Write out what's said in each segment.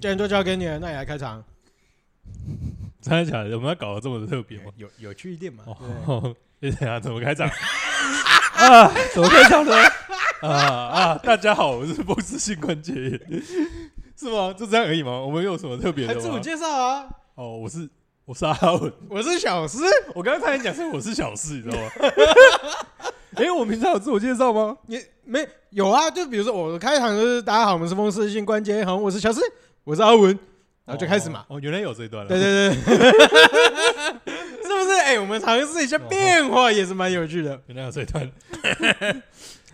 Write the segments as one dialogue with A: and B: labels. A: 既然都交给你了，那你来开场，
B: 真的假的？我们要搞得这么特别吗？
A: 有有趣一点嘛？对
B: 哦， 你等一下怎么 开场啊？怎么开场呢？啊啊！大家好，我是风湿性关节炎，是吗？就这样而已吗？我们有什么特别
A: 还
B: 的
A: 自我
B: 吗？
A: 介绍啊，
B: 哦，我是我是阿文，
A: 我是小诗，
B: 我刚刚差点讲成我是小四，你知 道吗？哎、我平常有自我介绍吗？
A: 你没有啊？就比如说我的开场就是大家好，我们是风湿性关节炎，好，我是小诗，我是阿文，然后就开始嘛。
B: 哦。哦，原来有这一段了。
A: 对对对，是不是？哎、我们尝试一下变化也是蛮有趣的。
B: 原来有这一段。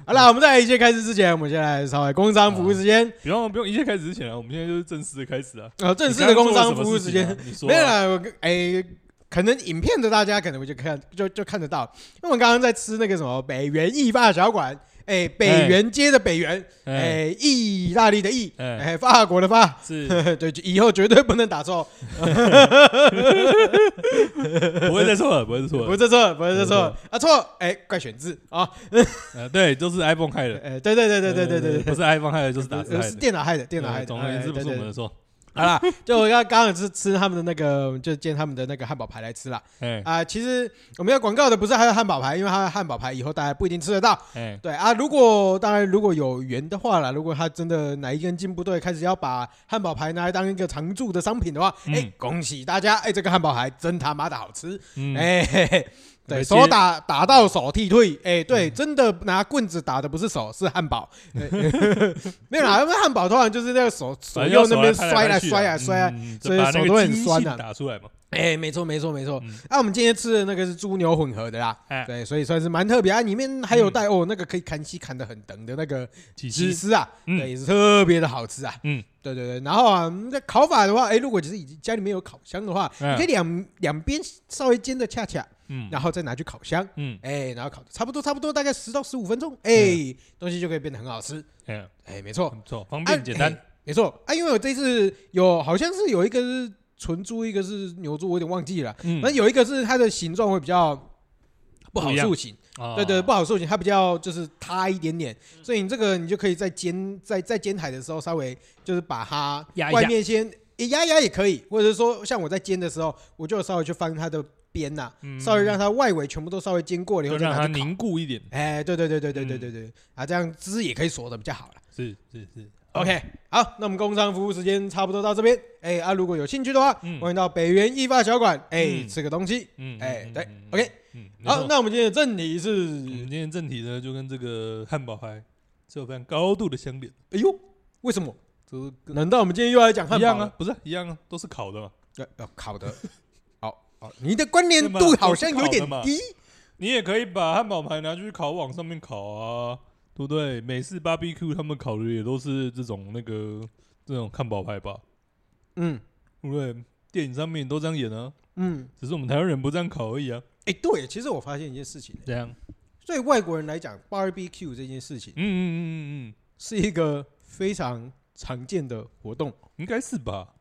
A: 好
B: 嗯
A: 啦，我们在一切开始之前，我们先来稍微工商服务时间
B: 不用不用，一切开始之前啊，我们现在就是正式的开始啊。
A: 啊、正式的工商服务时
B: 时
A: 间。，
B: 你说啊
A: 没有啦，我跟哎、可能影片的大家可能会就看就就看得到，因为我们刚刚在吃那个什么北园意发小馆，哎、北园街的北园，哎、
B: 哎，
A: 意大利的意，哎、
B: 哎
A: 法国的法，
B: 是
A: 对，就以后绝对不能打错，
B: 不会再错了，不会再错
A: 不
B: 了。
A: 是这错，不是这错
B: 不
A: 啊错，哎、怪选字啊，
B: 呃，对，都是 iPhone 害的。呃
A: 哎、对对对对对对对
B: 不是 iPhone 害的，就是打字
A: 对，
B: 害
A: 是
B: 的。呃
A: 电脑害的，电脑害的，
B: 总而言之，
A: 哎
B: 不是
A: 对
B: 我
A: 对
B: 们的错。
A: 好啦，就我刚刚刚是吃他们的那个，就煎他们的那个汉堡排来吃啦。
B: 哎
A: 啊、其实我们要广告的不是它的汉堡排，因为它的汉堡排以后大家不一定吃得到。
B: 哎，
A: 对啊，如果当然如果有缘的话啦，如果他真的哪一根进部队开始要把汉堡排拿来当一个常驻的商品的话，哎、
B: 嗯
A: 恭喜大家！哎、这个汉堡排真他妈的好吃！
B: 嗯，
A: 哎、嘿嘿对
B: 有些
A: 手打打到手剃退，哎、对，
B: 嗯
A: 真的拿棍子打的不是手，是汉 堡。哎 没有啦，因为汉堡通常就是那个手左
B: 反正
A: 右
B: 要手
A: 那边
B: 拍
A: 摔
B: 来
A: 来摔来
B: 啊
A: 摔来。，
B: 嗯
A: 所以
B: 把
A: 手
B: 那
A: 都
B: 个
A: 很
B: 精
A: 酸
B: 细
A: 啊
B: 打出来嘛。
A: 哎，没错没错没错啊
B: 嗯。
A: 那我们今天吃的那个是猪牛混合的啦，
B: 哎，
A: 对，所以算是蛮特别啊。里面还有带哦，那个可以砍鸡砍得很等的那个
B: 起
A: 起
B: 司，
A: 司啊，
B: 嗯
A: 对，也是特别的好吃啊。
B: 嗯，
A: 对对对，然后啊，那烤法的话，哎，如果就是已经家里面有烤箱的话，你
B: 嗯
A: 可以两两边稍微煎的恰恰，
B: 嗯
A: 然后再拿去烤箱，
B: 嗯，
A: 哎，然后烤的差不多差不多大概十到十五分钟，哎，东西就可以变得很好吃。
B: 哎，
A: 哎，没错
B: 很，不错，嗯方
A: 啊
B: 便简单。，
A: 哎没错啊。因为我这次有好像是有一个是纯猪，一个是牛猪，我有点忘记了。
B: 嗯
A: 反正有一个是它的形状会比较不好
B: 不一样
A: 塑形，
B: 啊
A: 对对，不好塑形，它比较就是塌一点点，
B: 嗯
A: 所以你这个你就可以在煎在在煎海的时候稍微就是把它
B: 压一
A: 外
B: 压
A: 面先诶压一压也可以，或者是说像我在煎的时候，我就稍微去翻它的边呐、
B: 嗯
A: 稍微让它外围全部都稍微煎过了以后
B: 就
A: 再
B: 让
A: 拿
B: 它
A: 去烤。
B: 凝固一点。
A: 哎，对对对对对对
B: 嗯
A: 对对，啊，这样汁也可以锁的比较好了。
B: 是是是，
A: OK，好，
B: 嗯
A: 那我们工商服务时间差不多到这边。哎、啊，如果有兴趣的话，
B: 嗯
A: 欢迎到北园意发小馆，哎、
B: 嗯
A: 吃个东西。
B: 嗯，
A: 哎
B: 嗯
A: 对
B: 嗯嗯
A: ，OK
B: 嗯，没
A: 好，
B: 错
A: 那我们今天的正题
B: 我们
A: 是，
B: 今天正题呢，就跟这个汉堡排是有非常高度的相连，
A: 哎呦，为什么？
B: 就是跟
A: 难道我们今天又来讲汉
B: 一
A: 堡
B: 样
A: 了
B: 啊？，不是一样啊，都是烤的嘛。
A: 对，要烤哎的。 好，好，你的关联度好像有点
B: 对嘛
A: 低。
B: 你也可以把汉堡排拿去烤网上面烤啊，对不对？美式 BBQ 他们烤的也都是这种那个这种汉堡排吧，
A: 嗯
B: 对不对？电影上面都这样演啊，
A: 嗯，
B: 只是我们台湾人不这样烤而已啊。
A: 哎、对，其实我发现一件事情，
B: 这样，
A: 对外国人来讲，barbecue 这件事情
B: 嗯嗯嗯嗯
A: 是一个非常常见的活动。
B: 嗯，应该是吧？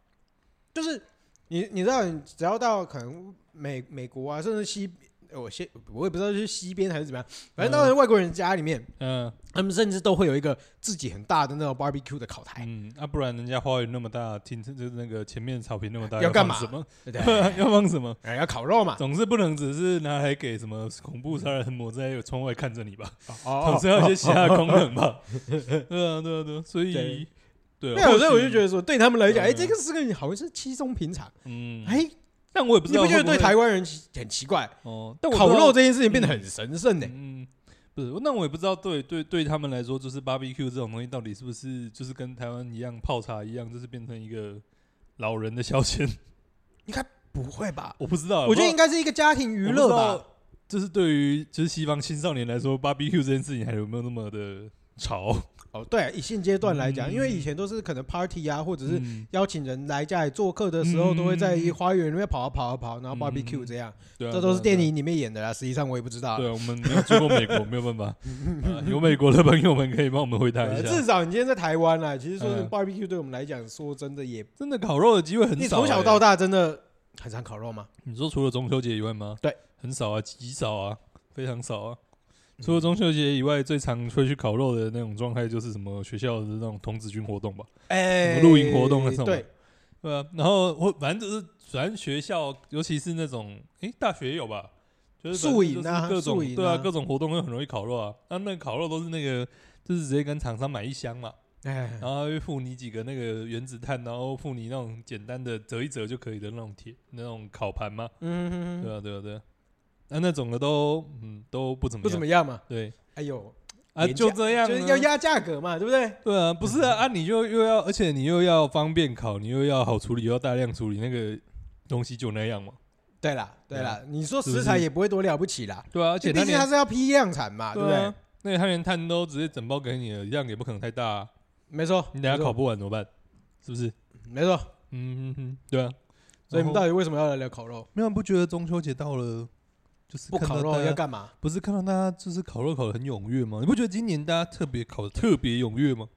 A: 就是你你知道，你只要到可能美美国啊，甚至西，呃我先我也不知道是西边还是怎么样，反正到了外国人家里面，
B: 嗯
A: 他们甚至都会有一个自己很大的那种 barbecue 的烤台，
B: 嗯，啊，不然人家花园那么大，停车就是那个前面草坪那么大，
A: 要干嘛
B: 放什么？
A: 对不对？
B: 要放什么？
A: 哎，要烤肉嘛，
B: 总是不能只是拿来给什么恐怖杀人魔在窗外看着你吧？
A: 哦
B: 总是要有一些其他的功能 吧？对啊，对啊，对啊，所以
A: 对
B: 对
A: 对
B: 啊，
A: 啊，所以我就
B: 许
A: 觉，得说，对他们来讲，哎，
B: 嗯
A: 这个是个好像是稀松平常，
B: 嗯，
A: 哎，
B: 但我也不知
A: 你
B: 道
A: 不觉得
B: 会
A: 对
B: 会
A: 台湾人奇很奇怪？
B: 哦，但我不
A: 烤
B: 知道
A: 肉这件事情变得很神圣呢。
B: 嗯，不是，那我也不知道对对对他们来说，就是 barbecue 这种东西到底是不是就是跟台湾一样泡茶一样，就是变成一个老人的消遣？
A: 不会吧？
B: 呃我不知道，
A: 我觉得应
B: 该
A: 该是一个家庭娱乐吧。。
B: 就是对于就是西方青少年来说，barbecue 这件事情还有没有那么的潮？
A: 哦，对，以现阶段来讲，因为以
B: 嗯
A: 前都是可能 party 啊，或者是
B: 嗯
A: 邀请人来家里做客的时候，
B: 嗯
A: 都会在花园里面跑啊跑啊跑，然后
B: 嗯
A: barbecue 这样，
B: 对啊，
A: 这都是
B: 对啊
A: 电。影里面演的啦。实际上我也不知道
B: 对啊，。对啊我们没有去过美国，没 有办法。啊有美国的朋友们可以帮我们回答
A: 呃
B: 一下。
A: 至少你今天在台湾啊啦，其实说真的
B: 嗯
A: barbecue 对我们来讲，说真的也，
B: 真的烤肉的机会很少、
A: 你
B: 欸。
A: 从小到大真的很常烤肉吗？
B: 你说除了中秋节以外吗？
A: 对，
B: 很少啊，极少啊，非常少啊。
A: 嗯
B: 除了中秋节以外，最常会去烤肉的那种状态，就是什么学校的那种童子军活动吧。
A: 哎，
B: 什么露营活动那种
A: 对，
B: 对啊，然后我反正就是，反正学校，尤其是那种，诶、大学也有吧，就是反正
A: 宿营
B: 就是
A: 啊
B: 各种
A: 宿营
B: 对啊，
A: 啊
B: 各种活动会很容易烤肉啊。那、那个烤肉都是那个，就是直接跟厂商买一箱嘛，
A: 哎，
B: 然后他会付你几个那个原子炭，然后付你那种简单的折一折就可以的那种铁那种烤盘嘛，
A: 嗯，
B: 对啊，对啊，对啊。那、那种的都嗯都不怎么
A: 不
B: 样，
A: 怎么样嘛。
B: 对
A: 哎呦，
B: 啊，
A: 廉
B: 就
A: 价
B: 这样啊，
A: 就是要压价格嘛，对不对？
B: 对啊，不是啊，啊你就又要，而且你又要方便烤，你又要好处理，又要大量处理，那个东西就那样嘛。
A: 对啦，对
B: 对啊
A: 啦，你说
B: 是不
A: 食材
B: 是
A: 也不会多了不起啦，
B: 对啊，而且
A: 毕
B: 他
A: 竟
B: 连
A: 它是要批量产嘛，对不
B: 对
A: 对
B: 啊？，那个他连碳都直接整包给你了，量也不可能太大、啊，
A: 没错，
B: 你等下
A: 没错
B: 烤，不完怎么办？是不是？
A: 没错。
B: 嗯嗯嗯，对啊。
A: 所以你们
B: 然
A: 到
B: 后
A: 底为什么要来聊烤肉？
B: 没有不觉得中秋节到了，就是
A: 不
B: 看到
A: 烤肉
B: 大家
A: 要干嗯嘛？
B: 不是看到大家就是烤肉烤的很踊跃吗？你不觉得今年大家特别烤的特别踊跃吗？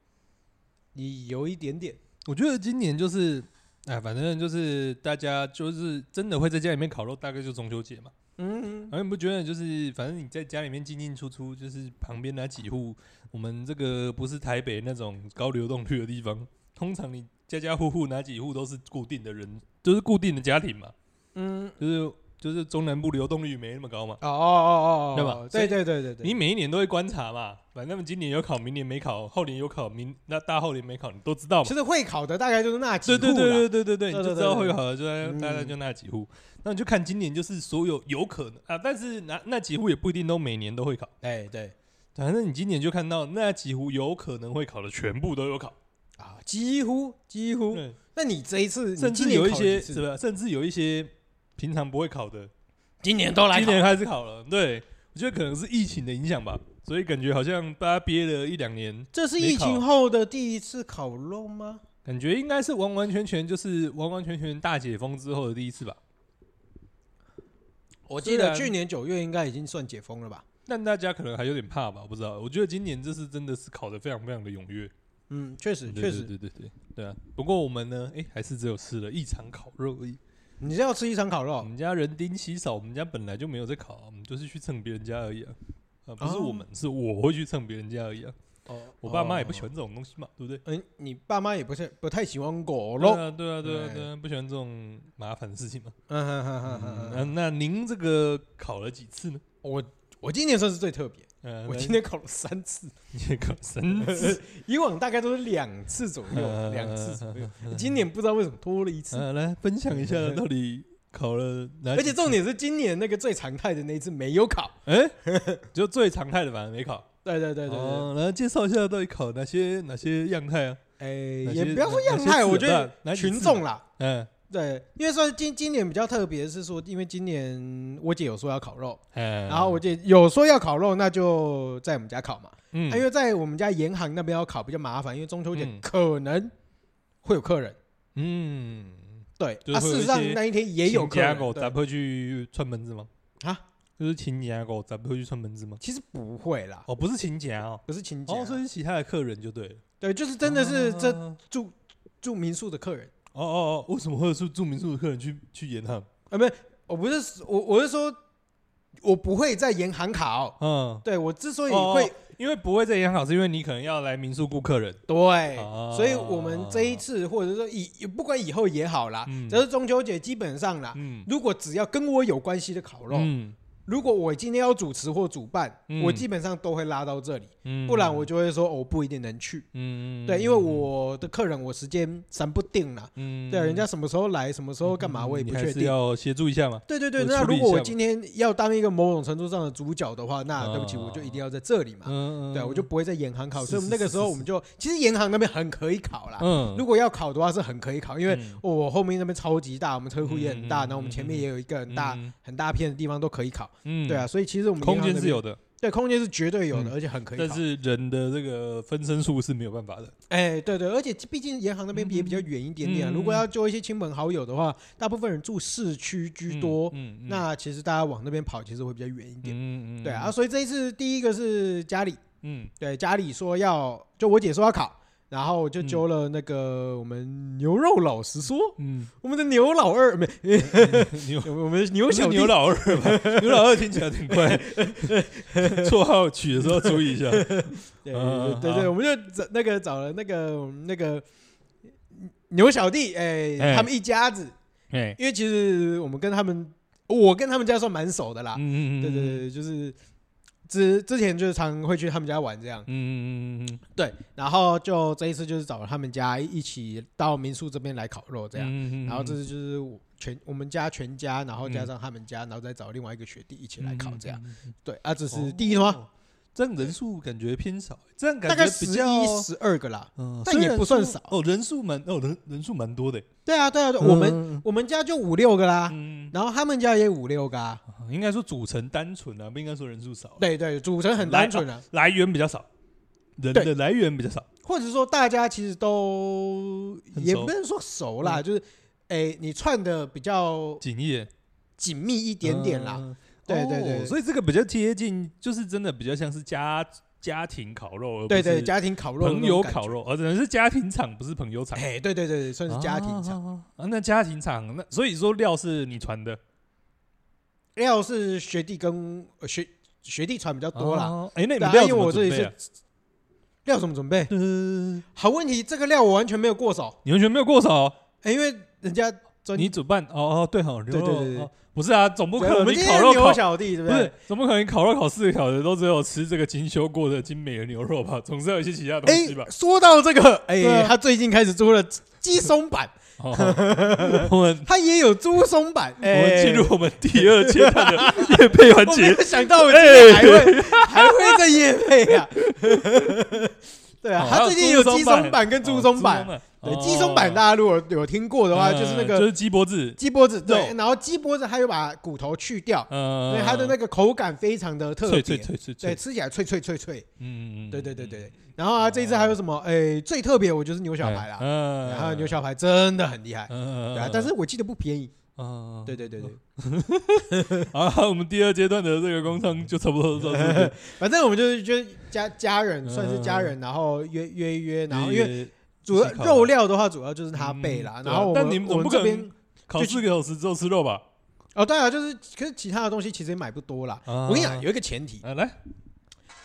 A: 你有一点点，
B: 我觉得今年就是，哎，反正就是大家就是真的会在家里面烤肉，大概就中秋节嘛。
A: 嗯，
B: 而你不觉得就是，反正你在家里面进进出出，就是旁边那几户，我们这个不是台北那种高流动率的地方，通常你家家户户哪几户都是固定的人，就是固定的家庭嘛，
A: 嗯，
B: 就是就是中南部流动率没那么高嘛。
A: 哦哦哦哦，
B: 对吧
A: 对对对对对，
B: 你每一年都会观察嘛，反正他们今年有考，明年没考，后年有考，明那大后年没考，你都知道嘛
A: 其。实会烤的大概就是那几
B: 对
A: 户
B: 对
A: 啦
B: 对对对对对，你
A: 对对
B: 就知道
A: 对
B: 会
A: 对
B: 考的，就
A: 嗯
B: 那大概就那几户。那你就看今年就是所有有可能啊，但是那那几户也不一定都每年都会考。
A: 哎对
B: 反正你今年就看到那几乎有可能会考的全部都有考，
A: 啊，几乎几乎。
B: 对，
A: 那你这一次，
B: 嗯甚
A: 你今
B: 至
A: 年
B: 有一
A: 烤了
B: 些
A: 几
B: 是
A: 次
B: 吧？甚至有一些平常不会考的，
A: 今年都来
B: 今
A: 烤，
B: 年开始考了。对，我觉得可能是疫情的影响吧，所以感觉好像大家憋了一两年，
A: 这是
B: 没
A: 疫
B: 烤
A: 情后的第一次烤肉吗？
B: 感觉应该是完完全全就是完完全全大解封之后的第一次吧。
A: 我
B: 虽
A: 记得
B: 然
A: 去年九月应该已经算解封了吧？
B: 但大家可能还有点怕吧，我不知道。我觉得今年这是真的是考的非常非常的踊跃，
A: 嗯，确实
B: 对
A: 确实，
B: 对对对对对啊。不过我们呢，哎、还是只有吃了一场烤肉而已。
A: 你是要吃一场烤
B: 我
A: 肉，
B: 们家人丁稀少，我们家本来就没有在烤啊、我们就是去蹭别人家而已啊。啊，不是
A: 哦
B: 我们，是我会去蹭别人家而已啊。
A: 哦，
B: 我爸妈也不喜
A: 哦。
B: 欢这种东西嘛，对不对？
A: 嗯，你爸妈也不是不太喜欢狗
B: 对
A: 肉，
B: 啊，对啊，对啊，对啊，不喜欢这种麻烦的事情嘛。
A: 嗯哼哼哼哼
B: 嗯
A: 哼，
B: 那那您这个烤了几次呢？
A: 我我今年算是最特别，
B: 呃，
A: 我
B: 那
A: 今天烤了三 次，
B: 你也烤三次，
A: 以往大概都是两次左右，
B: 嗯
A: 两次左右，今年不知道为什么多了一次，
B: 呃， 来分享一下到底烤了哪？
A: 而且重，点是今年那个最常态的那一次没有烤，
B: 哎， 就最常态的反而没烤。
A: 对对对对对，
B: 哦，来介绍一下到底烤哪些哪些样态啊？
A: 哎，
B: 哪
A: 也
B: 些
A: 不要说样
B: 哪些
A: 态，
B: 次
A: 我觉
B: 不
A: 得
B: 哪几次
A: 群众啦，
B: 嗯，
A: 对，因为算今今年比较特别是说，因为今年我姐有说要烤肉，
B: 然
A: 然后我，姐有说要烤肉，那就在我们家烤嘛。
B: 嗯
A: 啊因为在我们家沿航那边要烤比较麻烦，因为中秋节
B: 嗯
A: 可能会有客人。
B: 嗯，
A: 对，
B: 就是
A: 啊，
B: 会有
A: 事
B: 一
A: 实上
B: 些
A: 那一天也有客
B: 家
A: 人。
B: 狗
A: 对
B: 啊咱会去串门子吗？
A: 啊，
B: 就是请假狗咱会去串门子吗？
A: 其实不会啦，
B: 哦，不是请假哦，
A: 不是请假，
B: 哦，所以是其他的客人就对了，
A: 对，就是真的是这
B: 哦
A: 住住民宿的客人
B: 哦哦，为什么会有住住民宿的客人去去延航？
A: 啊，不是，我不是我我是说，我不会在沿航烤。
B: 嗯，
A: 对我之所以
B: 哦
A: 会
B: 因为不会在延航，是因为你可能要来民宿雇客人，
A: 对
B: 哦，
A: 所以我们这一次或者说以不管以后也好啦
B: 嗯，
A: 只是中秋节基本上啦，
B: 嗯，
A: 如果只要跟我有关系的烤肉，
B: 嗯
A: 如果我今天要主持或主办，
B: 嗯
A: 我基本上都会拉到这里，
B: 嗯
A: 不然我就会说、哦我不一定能去。
B: 嗯
A: 对，因为我的客人我时间三不定啦，
B: 嗯
A: 对，人家什么时候来，什么时候干嘛，我也不确定。
B: 要协助一下嘛。
A: 对对对，
B: 我
A: 那
B: 处理
A: 如
B: 一
A: 果
B: 下
A: 我
B: 嘛
A: 今天要当一个某种程度上的主角的话，那
B: 啊
A: 对不起，我就一定要在这里嘛。
B: 嗯
A: 啊对，我就不会在银行考，
B: 是
A: 所以我们那个时候我们就其实银行那边很可以考啦。
B: 嗯
A: 如果要考的话是很可以考，因为
B: 嗯
A: 哦我后面那边超级大，我们车库也很大，
B: 嗯嗯
A: 然后我们前面也有一个很大
B: 嗯
A: 很大片的地方都可以考。
B: 嗯
A: 对啊，，所以其实我们银
B: 空
A: 行那
B: 间
A: 边
B: 是有的，
A: 对，空间是绝对有的，
B: 嗯
A: 而且很可以
B: 但
A: 考。
B: 是人的这个分身术是没有办法的。
A: 哎，对对，而且毕竟银行那边也比较远一点点啊、
B: 嗯嗯
A: 如果要揪一些亲朋好友的话，大部分人住市区居多，
B: 嗯，嗯
A: 那其实大家往那边跑其实会比较远一点。
B: 嗯嗯嗯
A: 对啊，，所以这一次第一个是家里，
B: 嗯
A: 对家里说要，就我姐说要烤，然后我就揪了那个我们牛肉老实说，
B: 嗯，
A: 我们的牛老二没，
B: 牛
A: 我们的牛
B: 不是
A: 小弟
B: 牛老二 吧？牛老二听起来挺怪， 绰号取的时候注 意一下。
A: 对
B: 嗯
A: 对对
B: 好
A: 对，我们就找那个找了那个那个牛小弟，哎、
B: 哎
A: 他们一家子，
B: 哎，
A: 因为其实我们跟他们，我跟他们家算蛮熟的啦。
B: 嗯嗯嗯，
A: 啊对对对，对，就是之之前就是常会去他们家玩这样。
B: 嗯嗯嗯嗯，
A: 对，然后就这一次就是找他们家一起到民宿这边来烤肉这样。
B: 样
A: 然后这次就是我全我们家全家，然后加上他们家，然后再找另外一个学弟一起来烤这样。，对啊，这是第一团，
B: 嗯哦，这样人数感觉偏少，这样感
A: 大
B: 觉
A: 概
B: 比
A: 十
B: 较
A: 一十二个啦。
B: 嗯，
A: 但
B: 虽
A: 也
B: 然
A: 不算
B: 说
A: 少
B: 哦，人数蛮哦人人数蛮多的，
A: 对啊，对啊，对我们
B: 们
A: 我们家就五六个啦，
B: 嗯，哦
A: 然后他们家也五六个啊。
B: 应该说组成单纯啊，不应该说人数少，，
A: 对对，组成很单纯啊，
B: 来源比较少，人
A: 对
B: 的来源比较少，
A: 或者说大家其实都
B: 很
A: 也
B: 熟嗯
A: 不能说熟啦，就是哎，你串的比较
B: 敬业
A: 紧密一点点啦。
B: 嗯
A: 对对对
B: 哦所以这个比较贴近，就是真的比较像是家家庭烤肉，而不
A: 对对，
B: 是
A: 家庭烤肉的那
B: 朋
A: 种
B: 友
A: 感
B: 烤
A: 觉，
B: 肉，而只能是家庭场，不是朋友场。
A: 哎，对对对对，算是家庭场。
B: 啊啊那家庭场，那所以说料是你传的
A: 料哎是学弟跟呃学学弟传比较多啦。
B: 哦哎，那
A: 对
B: 你们
A: 啊，
B: 料
A: 因为
B: 怎么
A: 我这
B: 准
A: 里
B: 备啊
A: 是？料怎么准备？
B: 呃，
A: 好问题，这个料我完全没有过手，
B: 你完全没有过手，
A: 哎，因为人家专
B: 你主办哦哦，对哈，牛
A: 对对
B: 肉
A: 对对
B: 哦不是啊，总不可
A: 我
B: 能
A: 们
B: 你
A: 今
B: 烤
A: 天
B: 肉
A: 牛
B: 烤
A: 小弟对
B: 不是
A: 对？，
B: 总不可能烤肉烤四个小时都只有吃这个精修过的精美的牛肉吧？总是有一些其他东西吧
A: 哎，？说到这个，
B: 对
A: 哎，
B: 啊
A: 他最近开始租了鸡松板，
B: 哦，我们
A: 他也有猪松板，
B: 我们
A: 哎
B: 进入。我们第二阶段的夜配环
A: 我没
B: 节
A: 有。想到我今天还会还会在夜配啊！ 对
B: 哦
A: 啊，他最近有鸡松板跟猪松板，对，鸡松板
B: 的
A: 大家如果有听过的话，就是那
B: 哦就
A: 个
B: 是鸡脖子，
A: 鸡脖子，对
B: 肉，
A: 然后鸡脖子他又把骨头去掉，
B: 嗯，
A: 所以它的那个口感非常的特别，
B: 脆脆脆
A: 对，
B: 脆脆，
A: 吃起来脆脆脆脆，
B: 嗯嗯，
A: 对对对对。然后啊，这一次还有什么？哎，最特别我就是牛小排啦，
B: 嗯，
A: 然后牛小排真的很厉害，
B: 嗯，
A: 对啊，但是我记得不便宜，对对对对，
B: 好，我们第二阶段的这个工商就差不多到这边，
A: 反正我们就是就是家家人
B: 嗯
A: 算是家人，然后约约一约，然后因为
B: 为
A: 主要
B: 一起烤
A: 肉料的话，主要就是他备啦
B: 嗯，对
A: 然
B: 啊
A: 后我
B: 但你们
A: 们
B: 总
A: 我们
B: 不可
A: 这
B: 能
A: 边
B: 烤四个小时之后吃肉吧？
A: 哦，对啊，就是可是其他的东西其实也买不多啦。我
B: 我
A: 跟你讲，有一个前提，
B: 来，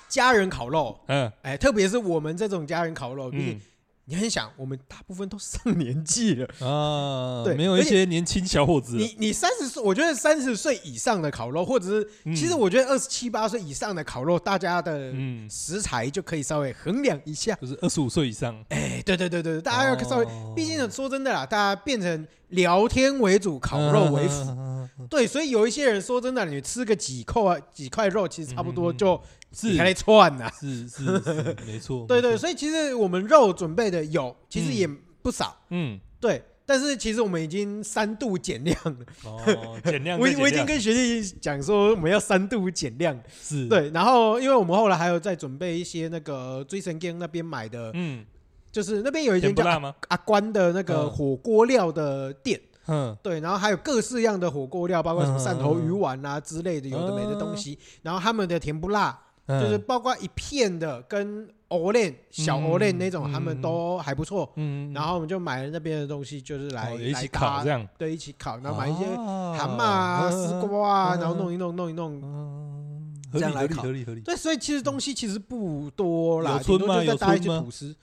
A: 家人烤肉，
B: 嗯
A: 哎，特别是我们这种家人烤肉，毕竟
B: 嗯
A: 你很想，我们大部分都上年纪了，
B: 啊，
A: 对
B: 没有一些年轻小伙子，
A: 你你三十岁，我觉得三十岁以上的烤肉，或者是
B: 嗯
A: 其实我觉得二十七八岁以上的烤肉，大家的
B: 嗯，
A: 食材就可以稍微衡量一下。
B: 就是二十五岁以上，
A: 哎，对对对对，大家要稍微
B: 哦
A: 毕竟说真的啦，大家变成聊天为主，烤肉为辅。
B: 嗯
A: 对，所以有一些人说真的，你吃个几扣啊几块肉，其实差不多
B: 嗯
A: 就是你还来串呐、
B: 是是是，没错，
A: 对
B: 没
A: 对，
B: 错，
A: 所以其实我们肉准备的有，其实也不少。
B: 嗯，
A: 对，但是其实我们已经三度减量了。
B: 哦，减量
A: 我
B: 再
A: 已
B: 减量，
A: 我已经跟学弟讲说我们要三度减量。
B: 是，
A: 对，然后因为我们后来还有在准备一些那个追神店那边买的，
B: 嗯，
A: 就是那边有一
B: 甜
A: 间
B: 不
A: 叫
B: 辣
A: 阿
B: 吗？
A: 阿啊关的那个
B: 嗯
A: 火锅料的店。
B: 嗯，
A: 对，然后还有各式样的火锅料，包括什么汕头鱼丸
B: 嗯
A: 啊之类的，有的没的东西。然后他们的甜不辣，
B: 嗯
A: 就是包括一片的跟 o l e n 小 o l e n 那种，
B: 嗯
A: 他们都还不错。
B: 嗯，嗯，
A: 然后我们就买了那边的东西，就是来
B: 哦也一
A: 来
B: 起
A: 搭
B: 烤这，样，
A: 对，一起烤，然后买一些蛤
B: 蛤
A: 蟆啊、丝，瓜啊，
B: 嗯
A: 然后弄一弄，弄一弄。
B: 嗯，
A: 这样来烤
B: 合理合理合理，
A: 对，所以其实东西其实不多啦，
B: 有春吗
A: 顶多就再搭一些
B: 有春吗啊
A: 吐司。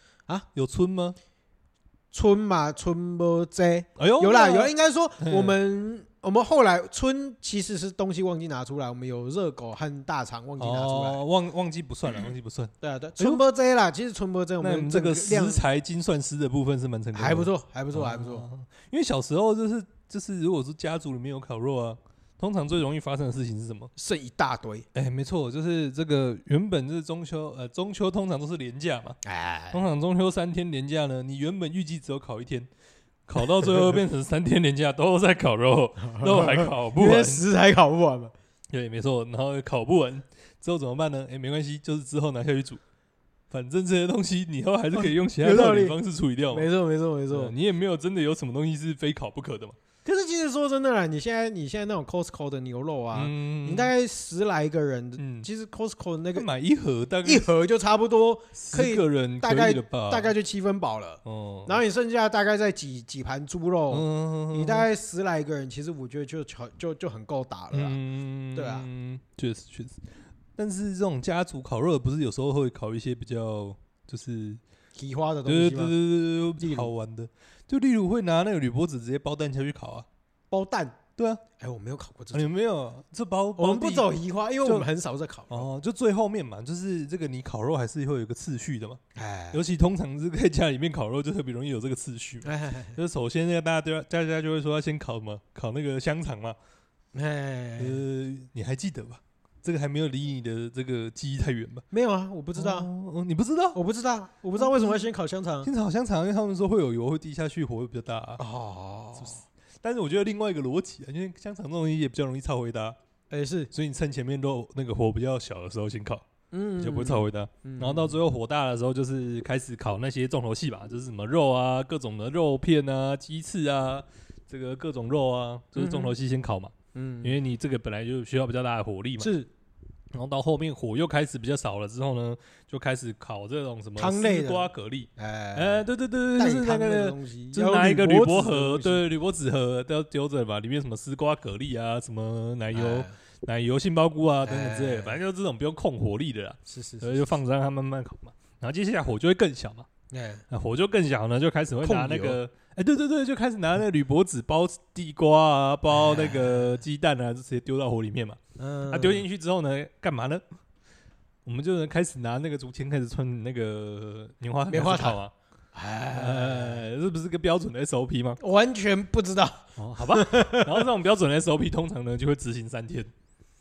B: 有春吗？
A: 春嘛，春不在，
B: 哎呦，
A: 有啦
B: 那
A: 有啦，应该说
B: 嗯
A: 我们我们后来春其实是东西忘记拿出来，我们有热狗和大肠忘记拿出来。
B: 哦，忘忘记不算 了，忘记不算。
A: 对啊，对，春波 J 啦，其实春波 J 我
B: 那你
A: 们
B: 们这
A: 整
B: 个
A: 量
B: 食材精算师的部分是蛮成功的，
A: 还不错，还不错，
B: 啊
A: 还不错。。
B: 因为小时候就是就是，如果是家族里面有烤肉啊，通常最容易发生的事情是什么？
A: 剩一大堆，
B: 哎、没错，就是这个原本就是中秋，呃，中秋通常都是连假嘛，
A: 哎，
B: 通常中秋三天连假呢，你原本预计只有烤一天，烤到最后变成三天连假都在烤肉，肉还烤不
A: 因 为
B: 完，
A: 食材烤不完嘛。
B: 对，没错，然后烤不完之后怎么办呢？哎、没关系，就是之后拿下去煮，反正这些东西你以后还是可以用其他
A: 哦有道
B: 料理
A: 理
B: 方式处理掉嘛
A: 没，错，没错，没
B: 对啊
A: 错。
B: 你也没有真的有什么东西是非烤不可的嘛，
A: 可是其实说真的啦，你现在你现在那种 Costco 的牛肉啊，
B: 嗯
A: 你大概十来个人，
B: 嗯，
A: 其实 Costco 的那个
B: 买一盒大概
A: 一盒就差不多，可以
B: 十个人
A: 大
B: 可
A: 概
B: 以了吧？
A: 大概就七分饱了。
B: 嗯哦，
A: 然后你剩下大概在几几盘猪肉，
B: 嗯
A: 你大概十来个人，其实我觉得就就就就很够打了啦。
B: 嗯
A: 对啊，
B: 确实确实。但是这种家族烤肉，不是有时候会烤一些比较就是
A: 提花的东
B: 对
A: 西
B: 对
A: 吗？
B: 对对
A: 例
B: 对
A: 如
B: 好玩的，就例如会拿那个铝箔纸直接包蛋下去烤啊，
A: 包蛋。
B: 对啊，
A: 哎，我没有烤过这
B: 啊
A: 种，
B: 你没有这包，
A: 我们
B: 包
A: 不
B: 地
A: 走移花，因为
B: 就
A: 我们很少在烤肉。
B: 哦，就最后面嘛，就是这个你烤肉还是会有一个次序的嘛，
A: 哎，
B: 尤其通常是在家里面烤肉就特别容易有这个次序嘛，
A: 哎
B: 就是首先那个大家都要大家就会说要先烤嘛，烤那个香肠嘛，
A: 哎，
B: 呃，你还记得吧？这个还没有离你的这个记忆太远吧？
A: 没有啊，我不
B: 不
A: 知道，
B: 哦，嗯哦你不知道？
A: 我不知道，我不知道为什么要先烤香肠。
B: 先烤香肠，因为他们说会有油会滴下去，火会比较大、啊。
A: 哦，
B: 是不是但是我觉得另外一个逻辑啊，因为香肠这种东西也比较容易超回答，
A: 哎，是，
B: 所以你趁前面都那个火比较小的时候先烤，
A: 嗯，
B: 就不会超回答。
A: 嗯，
B: 然后到最后火大的时候，就是开始烤那些重头戏吧，就是什么肉啊、各种的肉片啊、鸡翅啊，这个各种肉啊，就是重头戏先烤嘛，
A: 嗯，
B: 因为你这个本来就需要比较大的火力嘛。
A: 是
B: 然后到后面火又开始比较少了之后呢，就开始烤这种什么
A: 汤类的
B: 丝瓜蛤蜊，
A: 哎
B: 呃，，对对对对，就
A: 蛋
B: 是那
A: 汤类的
B: 个。
A: 东西，
B: 就是
A: 要
B: 拿一个铝箔
A: 纸的
B: 盒，
A: 东西，
B: 对，铝箔纸盒都要丢着吧，里面什么丝瓜、蛤蜊啊，什么奶油、
A: 哎
B: 奶油杏鲍菇啊等等之类的，
A: 哎
B: 反正就这种不用控火力的啦。
A: 是是
B: 所
A: 是，
B: 以就放着让它慢慢烤嘛。然后接下来火就会更小嘛，
A: 哎，
B: 那火就更小呢，就开始会拿
A: 控
B: 那
A: 油
B: 个，哎，对对对，就开始拿那个铝箔纸包地瓜啊，包那个鸡蛋啊，就直接丢到火里面嘛。
A: 嗯，
B: 啊，丢进去之后呢，干嘛呢？我们就能开始拿那个竹签开始穿那个棉花
A: 棉花
B: 糖
A: 糖
B: 啊，
A: 哎，
B: 呃，这不是个标准的 SOP 吗？
A: 完全不知道，
B: 哦，好吧。然后这种标准的 SOP 通常呢就会执行三天，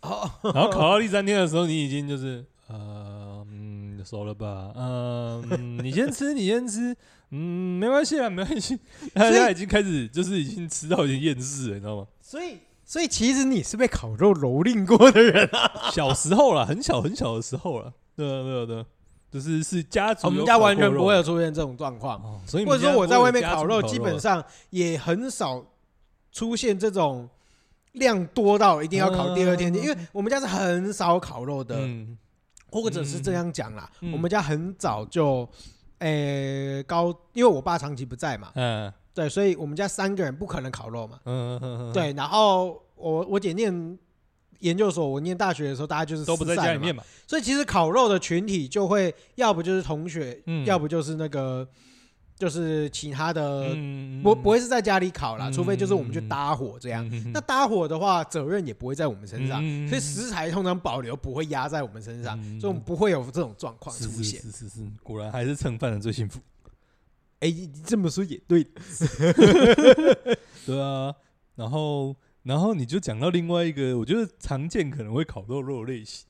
A: 哦，
B: 然后考到第三天的时候，你已经就是呃嗯熟了吧？呃嗯，你先吃，你先吃，嗯，没关系啊，没关系。大
A: 所以
B: 家已经开始就是已经吃到已经厌世了，你知道吗？
A: 所以所以其实你是被烤肉蹂躏过的人啊，
B: 小时候啦，很小很小的时候啦，对啊对啊对啊，就是是家 族
A: 我们
B: 有
A: 家
B: 烤过
A: 完全
B: 肉
A: 不会有出现这种状况，
B: 哦，所以你
A: 或
B: 们
A: 者
B: 家
A: 说我在
B: 不会
A: 外面
B: 有家
A: 烤
B: 族
A: 肉，基本上也很少出现这种量多到一定要烤第二天，
B: 嗯
A: 因为我们家是很少烤肉的，
B: 嗯
A: 或者是这样讲啦，
B: 嗯
A: 我们家很早就。诶、高，因为我爸长期不在嘛，
B: 嗯
A: 对，所以我们家三个人不可能烤肉嘛，
B: 嗯嗯嗯，
A: 对。然后我我姐念研究所，我念大学的时候，大家就是
B: 都不在
A: 四散
B: 家里
A: 了嘛
B: 面嘛，
A: 所以其实烤肉的群体就会，要不就是同学，
B: 嗯
A: 要不就是那个，就是其他的，
B: 嗯
A: 不不会是在家里烤啦，
B: 嗯
A: 除非就是我们去搭火这
B: 这
A: 样。那搭火的话，责任也不会在我们身上，
B: 嗯
A: 所以食材通常保留不会压在我们身上，
B: 嗯
A: 所以我们不会有这种状况
B: 是
A: 出现。
B: 是是是是，果然还是蹭饭的最幸福。
A: 哎，你这么说也对，
B: 对啊，然后然后你就讲到另外一个，我觉得常见可能会烤肉肉的类型，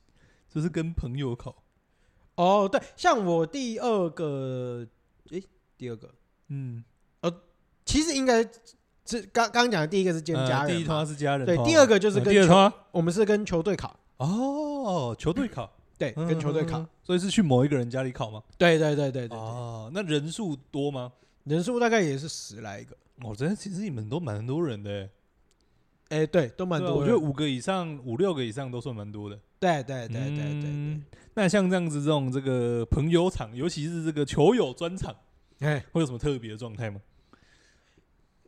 B: 就是跟朋友烤。
A: 哦，对，像我第二个，哎，第二个，
B: 嗯，
A: 其实应该是刚刚讲的第一个是兼家
B: 呃第
A: 人
B: 一
A: 嘛，
B: 团是家人
A: 对
B: 团，
A: 第二个就是
B: 呃
A: 跟
B: 第二
A: 球
B: 团
A: 我们是跟球队烤，
B: 哦，球队烤，
A: 对，跟球队烤
B: 嗯，，所以是去某一个人家里烤吗？
A: 对对对对对对，
B: 哦，那人数多吗？
A: 人数大概也是十来个，
B: 我觉得其实你们都蛮多人的欸，
A: 哎，对，都蛮
B: 对啊
A: 多
B: 我觉得
A: 人，
B: 五个以上、五六个以上都算蛮多的。
A: 对对对对对对
B: 嗯，那像这样子这种这个朋友场，尤其是这个球友专场，
A: 对，哎，
B: 会有什么特别的状态吗？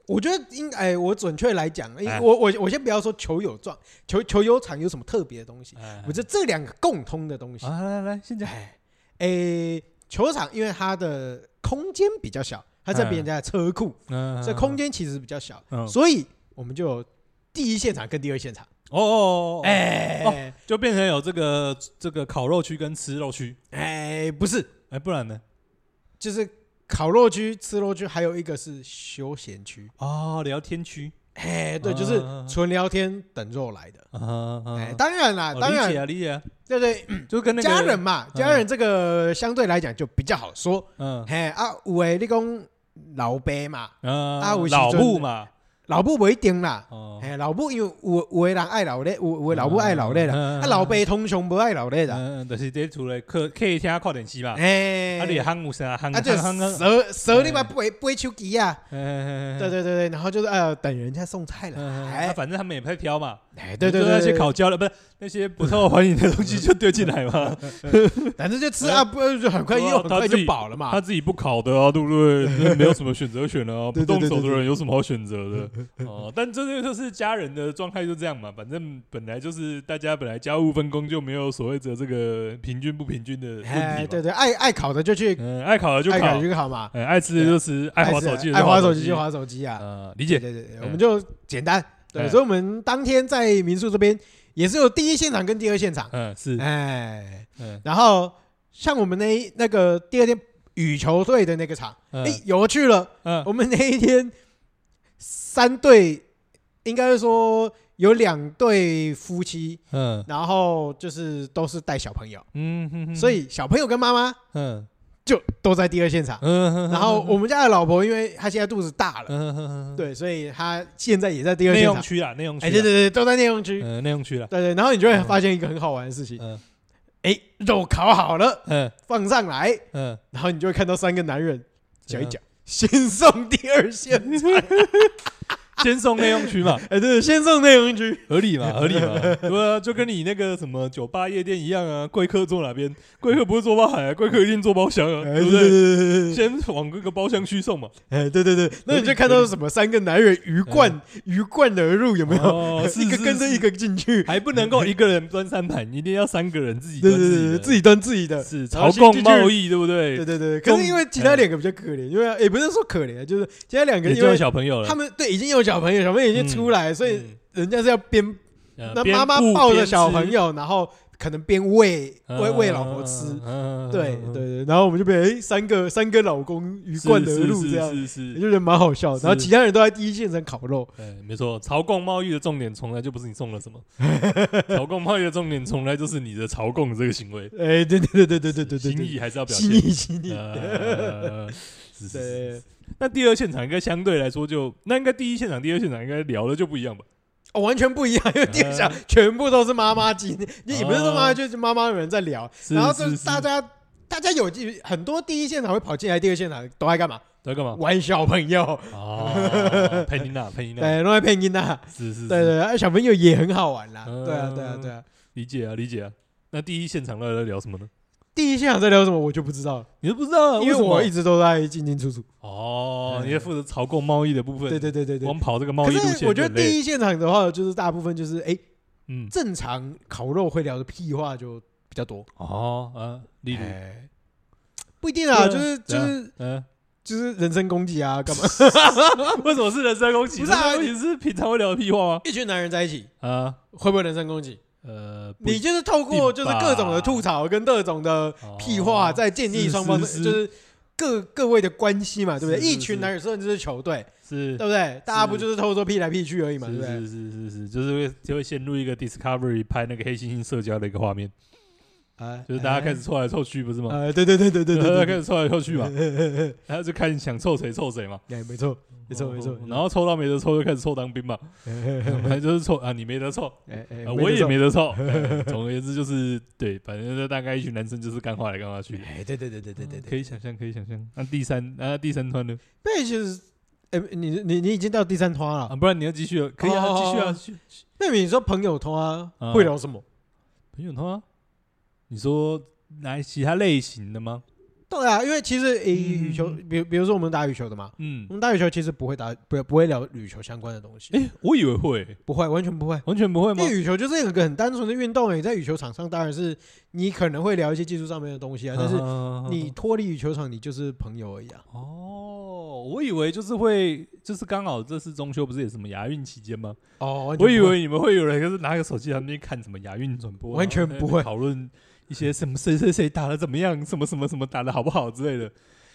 A: 我觉得应哎，我准确来讲，
B: 哎
A: 哎，我我我先不要说球友状，球球友场有什么特别的东西，我
B: 我
A: 觉得这两个共通的东西，
B: 哎啊，来来来，现在
A: 哎哎，球场因为它的空间比较小，它在别人家的车库，
B: 嗯
A: 所以空间其实比较小
B: 嗯，
A: 所以我们就有第一现场跟第二现场，
B: 哦哦，哎，
A: 哎
B: 就变成有这个这个烤肉区跟吃肉区，
A: 哎，不是，
B: 哎，不然呢？
A: 就是烤肉区、吃肉区，还有一个是休闲区。
B: 哦，聊天区
A: 哎，对，就是
B: 嗯
A: 纯聊天等肉来的。
B: 啊，
A: 哎，
B: 哎，
A: 当然啦，当
B: 理解
A: 然，
B: 啊，理 解啊，
A: 对对，
B: 就跟那个
A: 家人，嘛，
B: 嗯
A: 家人这个相对来讲就比较好说。
B: 嗯
A: 嘿啊，有诶，你讲老爸嘛，
B: 啊
A: 啊有时
B: 老
A: 阵
B: 布嘛，
A: 老母不一定啦。
B: 哦，
A: 嘿，老母因为有有的人爱老的，有有的老母爱老的啦。
B: 嗯
A: 啊，老爸通常不爱老的啦。
B: 嗯，就是在厝内客客厅看电视嘛，
A: 哎
B: 啊，，你喊有啥喊
A: 啊，就
B: 喊喊嗯喊，
A: 蛇蛇你
B: 哎
A: 把背背手机啊。
B: 对嗯
A: 对对对对，然后就是呃，等人家送菜来。
B: 啊，反正他们也会飘嘛，
A: 哎，对对
B: 就
A: 对，
B: 那些
A: 对
B: 烤焦了，不是那些不受欢迎的东西就丢进 来嘛，
A: 反正就吃啊，不就很快
B: 对啊
A: 又很
B: 他
A: 快
B: 自
A: 就
B: 己
A: 饱了
B: 他
A: 嘛。
B: 自己不烤的啊，对 不对？没有什么选择权啊，
A: 对对
B: 不动
A: 对
B: 手
A: 对
B: 的
A: 对
B: 人有什么好选择的？ 哦，但这个就是家人的状态就这样嘛，反正本来就是大家本来家务分工就没有所谓的这个平均不平均的问
A: 哎，
B: 题
A: 对
B: 嘛。
A: 对，爱爱烤的就去，
B: 嗯，爱烤的就
A: 爱烤
B: 烤
A: 的，就烤嘛，
B: 哎，爱吃的就吃，爱滑
A: 爱吃
B: 手机的
A: 爱
B: 滑
A: 滑手机
B: 机
A: 就。滑手机啊。
B: 啊，理
A: 对
B: 解。
A: 对对，对
B: 嗯
A: 我们就简单。对，
B: 嗯
A: 所以我们当天在民宿这边也是有第一现场跟第二现场，
B: 嗯，是，
A: 哎，
B: 嗯，
A: 然后像我们那一那个第二天羽球队的那个场，
B: 嗯
A: 哎，有趣了。
B: 嗯，
A: 我们那一天三对，应该是说有两对夫妻，
B: 嗯，
A: 然后就是都是带小朋友，
B: 嗯哼哼，
A: 所以小朋友跟妈妈
B: 嗯，
A: 就都在第二现场。
B: 嗯，
A: 然后我们家的老婆，因为她现在肚子大了，
B: 嗯，嗯，
A: 对，所以她现在也在第二
B: 内
A: 现
B: 用
A: 场。
B: 区啦，内用区，
A: 哎，对对，对，都在内用区。
B: 嗯，内用区啦，
A: 对对，然后你就会发现一个很好玩的事情，
B: 嗯
A: 哎，肉烤好了
B: 嗯
A: 放上来，
B: 嗯，
A: 然后你就会看到三个男人搅
B: 怎
A: 一
B: 样
A: 搅，先送第二线，
B: 先送内用区嘛，
A: 哎，对，先送内容区，
B: 合理嘛，合理嘛，对啊，就跟你那个什么酒吧夜店一样啊，贵客坐哪边，贵客不是坐吧海，贵客一定坐包厢啊，对不对？
A: 哎对
B: 先往各个包厢区送嘛，
A: 哎，对对对，那你就看
B: 嗯
A: 到什么三个男人鱼贯鱼贯而入，有没有？
B: 哦，是
A: 一个跟着一，个进去
B: 是，还不能够一个人端三盘，一定要三个人自己
A: 对
B: 端
A: 对对，对
B: 自
A: 自
B: 己
A: 己端自己的
B: 的，，是
A: 然后
B: 朝
A: 先
B: 贡
A: 进去
B: 贸易，对不对？
A: 对对对。可是
B: 中
A: 因为其他两个比较可怜，因为也不是说可怜，就是其他两个
B: 也
A: 因
B: 就有
A: 为
B: 小朋友了，
A: 他们对已经有小朋友，小朋友已经出来，所以人家是要边
B: 嗯
A: 那
B: 边
A: 妈妈
B: 顾
A: 抱着
B: 边
A: 小
B: 吃
A: 朋友，然后可能边喂
B: 嗯
A: 喂喂老婆吃，
B: 嗯
A: 对对对，然后我们就被哎三个三个老公鱼贯而入这样，
B: 是是
A: 也
B: 是
A: 就觉得蛮好笑的。
B: 是
A: 然后其他人都在第一现场烤肉，
B: 哎，没错，朝贡贸易的重点从来就不是你送了 什么，朝贡贸易的重点从来就是你的朝贡这个行为，
A: 哎，对对对对对对对对
B: 心
A: 对，
B: 意还是要表
A: 心
B: 现。
A: 意心意，
B: 呃是是是
A: 对
B: 是，那第二现场应该相对来说就，那应该第一现场、第二现场应该聊的就不一样吧？
A: 哦完全不一样，因为第
B: 啊
A: 二场全部都是妈妈经，也不是说妈妈，就是妈妈人在聊，
B: 是
A: 然后就是是
B: 是
A: 大家。大家有很多第一现场会跑进来，第二现场都在干嘛？
B: 在干嘛？
A: 玩小朋 友，
B: 哦，佩妮娜，佩妮娜，
A: 对，都在配音呐，
B: 是是
A: 对对，
B: 是，
A: 对啊小朋友也很好玩啦，
B: 嗯
A: 对啊对啊对啊。
B: 理解啊理解啊。那第一现场到底在聊什么呢？
A: 第一现场在聊什么我就不知道了，
B: 你都不知道，
A: 因为
B: 呃什么
A: 我一直都在进进出出。
B: 哦，
A: 嗯
B: 你在负责朝贡贸易的部分，
A: 对对对对对，
B: 光跑这个贸
A: 可
B: 易路
A: 是
B: 线，
A: 我觉得第一现场的话，就是大部分就是哎、诶
B: 嗯，
A: 正常烤肉会聊的屁话就比较多，
B: 哦，啊，例如，
A: 哎不一定啊，
B: 对啊
A: 就是就
B: 对啊
A: 是
B: 嗯，
A: 就是人身攻击啊，干 嘛？
B: 为什么是人身攻击？
A: 不是啊
B: 人身攻击是平常会聊的屁话吗？
A: 一群男人在一起
B: 啊，
A: 会不会人身攻击？
B: 呃，不
A: 你就是透过就是各种的吐槽跟各种的屁话，
B: 哦
A: 在建立双方的
B: 是是
A: 就是各各位的关系嘛，对不对？
B: 是是
A: 一群男人甚至是球队，
B: 是
A: 对不对？大家不就是偷偷屁来屁去而已嘛，对
B: 是
A: 不对？
B: 是是是是，就是会就会陷入一个 Discovery 拍那个黑猩猩社交的一个画面，
A: 啊，
B: 哎就是大家开
A: 始。
B: 始凑来凑去，不是 吗？
A: 呃，对对对对对
B: 大
A: 对
B: 家
A: 对
B: 开始凑来凑 去嘛，
A: 对，
B: 然后就看想凑谁凑谁嘛，
A: 哎，没错，没错，没错。
B: 哦然后凑到没得凑就开始凑当 兵嘛，反
A: 哎
B: 正就是凑啊，你没得凑，
A: 哎哎
B: 啊，我也没
A: 错。
B: 得凑。 呃总而言之，就是对，反正就大概一群男生就是干话来干话去的。
A: 哎，对对对对对对
B: 可
A: 对。
B: 以想象，可以想象。那第三，那第三团呢？
A: 那就是，哎，你你你已经到第三团
B: 啊，
A: 了，
B: 不然你要继续了，可以
A: 哦
B: 啊，
A: 哦
B: 继续啊
A: 哦
B: 继续，
A: 那你说朋友团
B: 啊
A: 会聊什么？
B: 朋友团啊。你说来其他类型的吗？
A: 对啊，因为其实诶，
B: 嗯
A: 羽球，比如比如说我们打羽球的嘛，
B: 嗯
A: 我，们打羽球其实不会打，不不会聊羽球相关的东西，
B: 哎，我以为会，
A: 不会，完全不会。
B: 完全不会吗
A: 因？为羽球就是有个很单纯的运动，你在羽球场上当然是你可能会聊一些技术上面的东西啊，但
B: 嗯
A: 是
B: 是
A: 你脱离羽球场，你就是朋友而已啊。
B: 哦，我以为就是会，就是刚好这次中秋不是也什么亚运期间吗？
A: 哦，完全不
B: 我
A: 会
B: 以为你们会有人就是拿个手机在那边看什么亚运转播，
A: 完全
B: 然后在那边
A: 不会
B: 讨论一些什么谁谁谁打的怎么样，什么什么什么打的好不好之类的，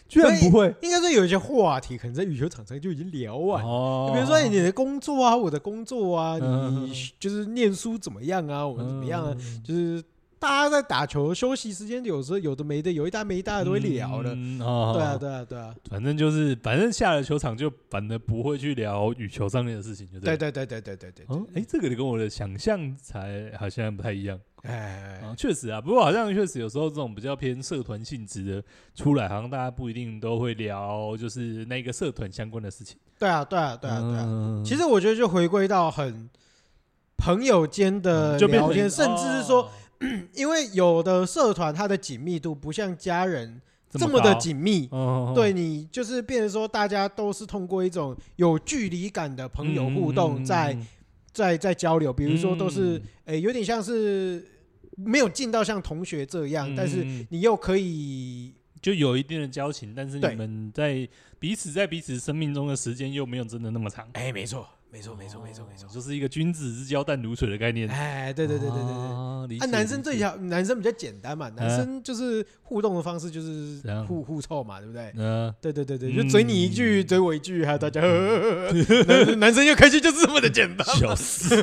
B: 居然不会。
A: 应该说有一些话题可能在羽球场上就已经聊完。
B: 哦
A: 比如说你的工作啊，我的工作啊，
B: 嗯
A: 你就是念书怎么样啊，我们怎么样啊？？就是大家在打球休息时间，有时候有的没的，有一搭没一搭的都会聊的。
B: 嗯哦
A: 对啊，对啊，对啊，
B: 反正就是，反正下了球场就反而不会去聊羽球上面的事情，就
A: 对
B: 对。
A: 对对对对对对
B: 哦，哎，这个你跟我的想象才好像不太一样。啊
A: 哎，，
B: 确实啊，不过好像确实有时候这种比较偏社团性质的出来，好像大家不一定都会聊，就是那个社团相关的事情。
A: 啊对啊，对啊，对啊，对啊。
B: 嗯
A: 其实我觉得就回归到很朋友间的
B: 就变
A: 聊
B: 成
A: 天，甚至是说，
B: 哦
A: 因为有的社团它的紧密度不像家人这么
B: 么
A: 的
B: 高，
A: 紧密，
B: 哦，
A: 对你就是变成说，大家都是通过一种有距离感的朋友互
B: 嗯
A: 动在在在交流，比如说都是诶、有点像是没有进到像同学这样，嗯但是
B: 是
A: 你又可以
B: 就有一定的交情，但是
A: 对
B: 你们在彼此在彼此生命中的时间又没有真的那么长。
A: 哎、没错，没错，没错，没错，没错
B: 哦，就是一个君子之交淡如水的概念。
A: 哎，对对对对对对。
B: 啊，理
A: 啊，
B: 解
A: 男生
B: 理解
A: 最小，男生比较简单嘛，男生就是互动的方式就是
B: 怎啊样
A: 互互凑嘛，对不对？
B: 呃，
A: 对对对对，
B: 嗯
A: 就嘴你一句，嘴我一句，还有大家呵呵呵呵 男男生又开心，就是这么的简单。
B: 笑死，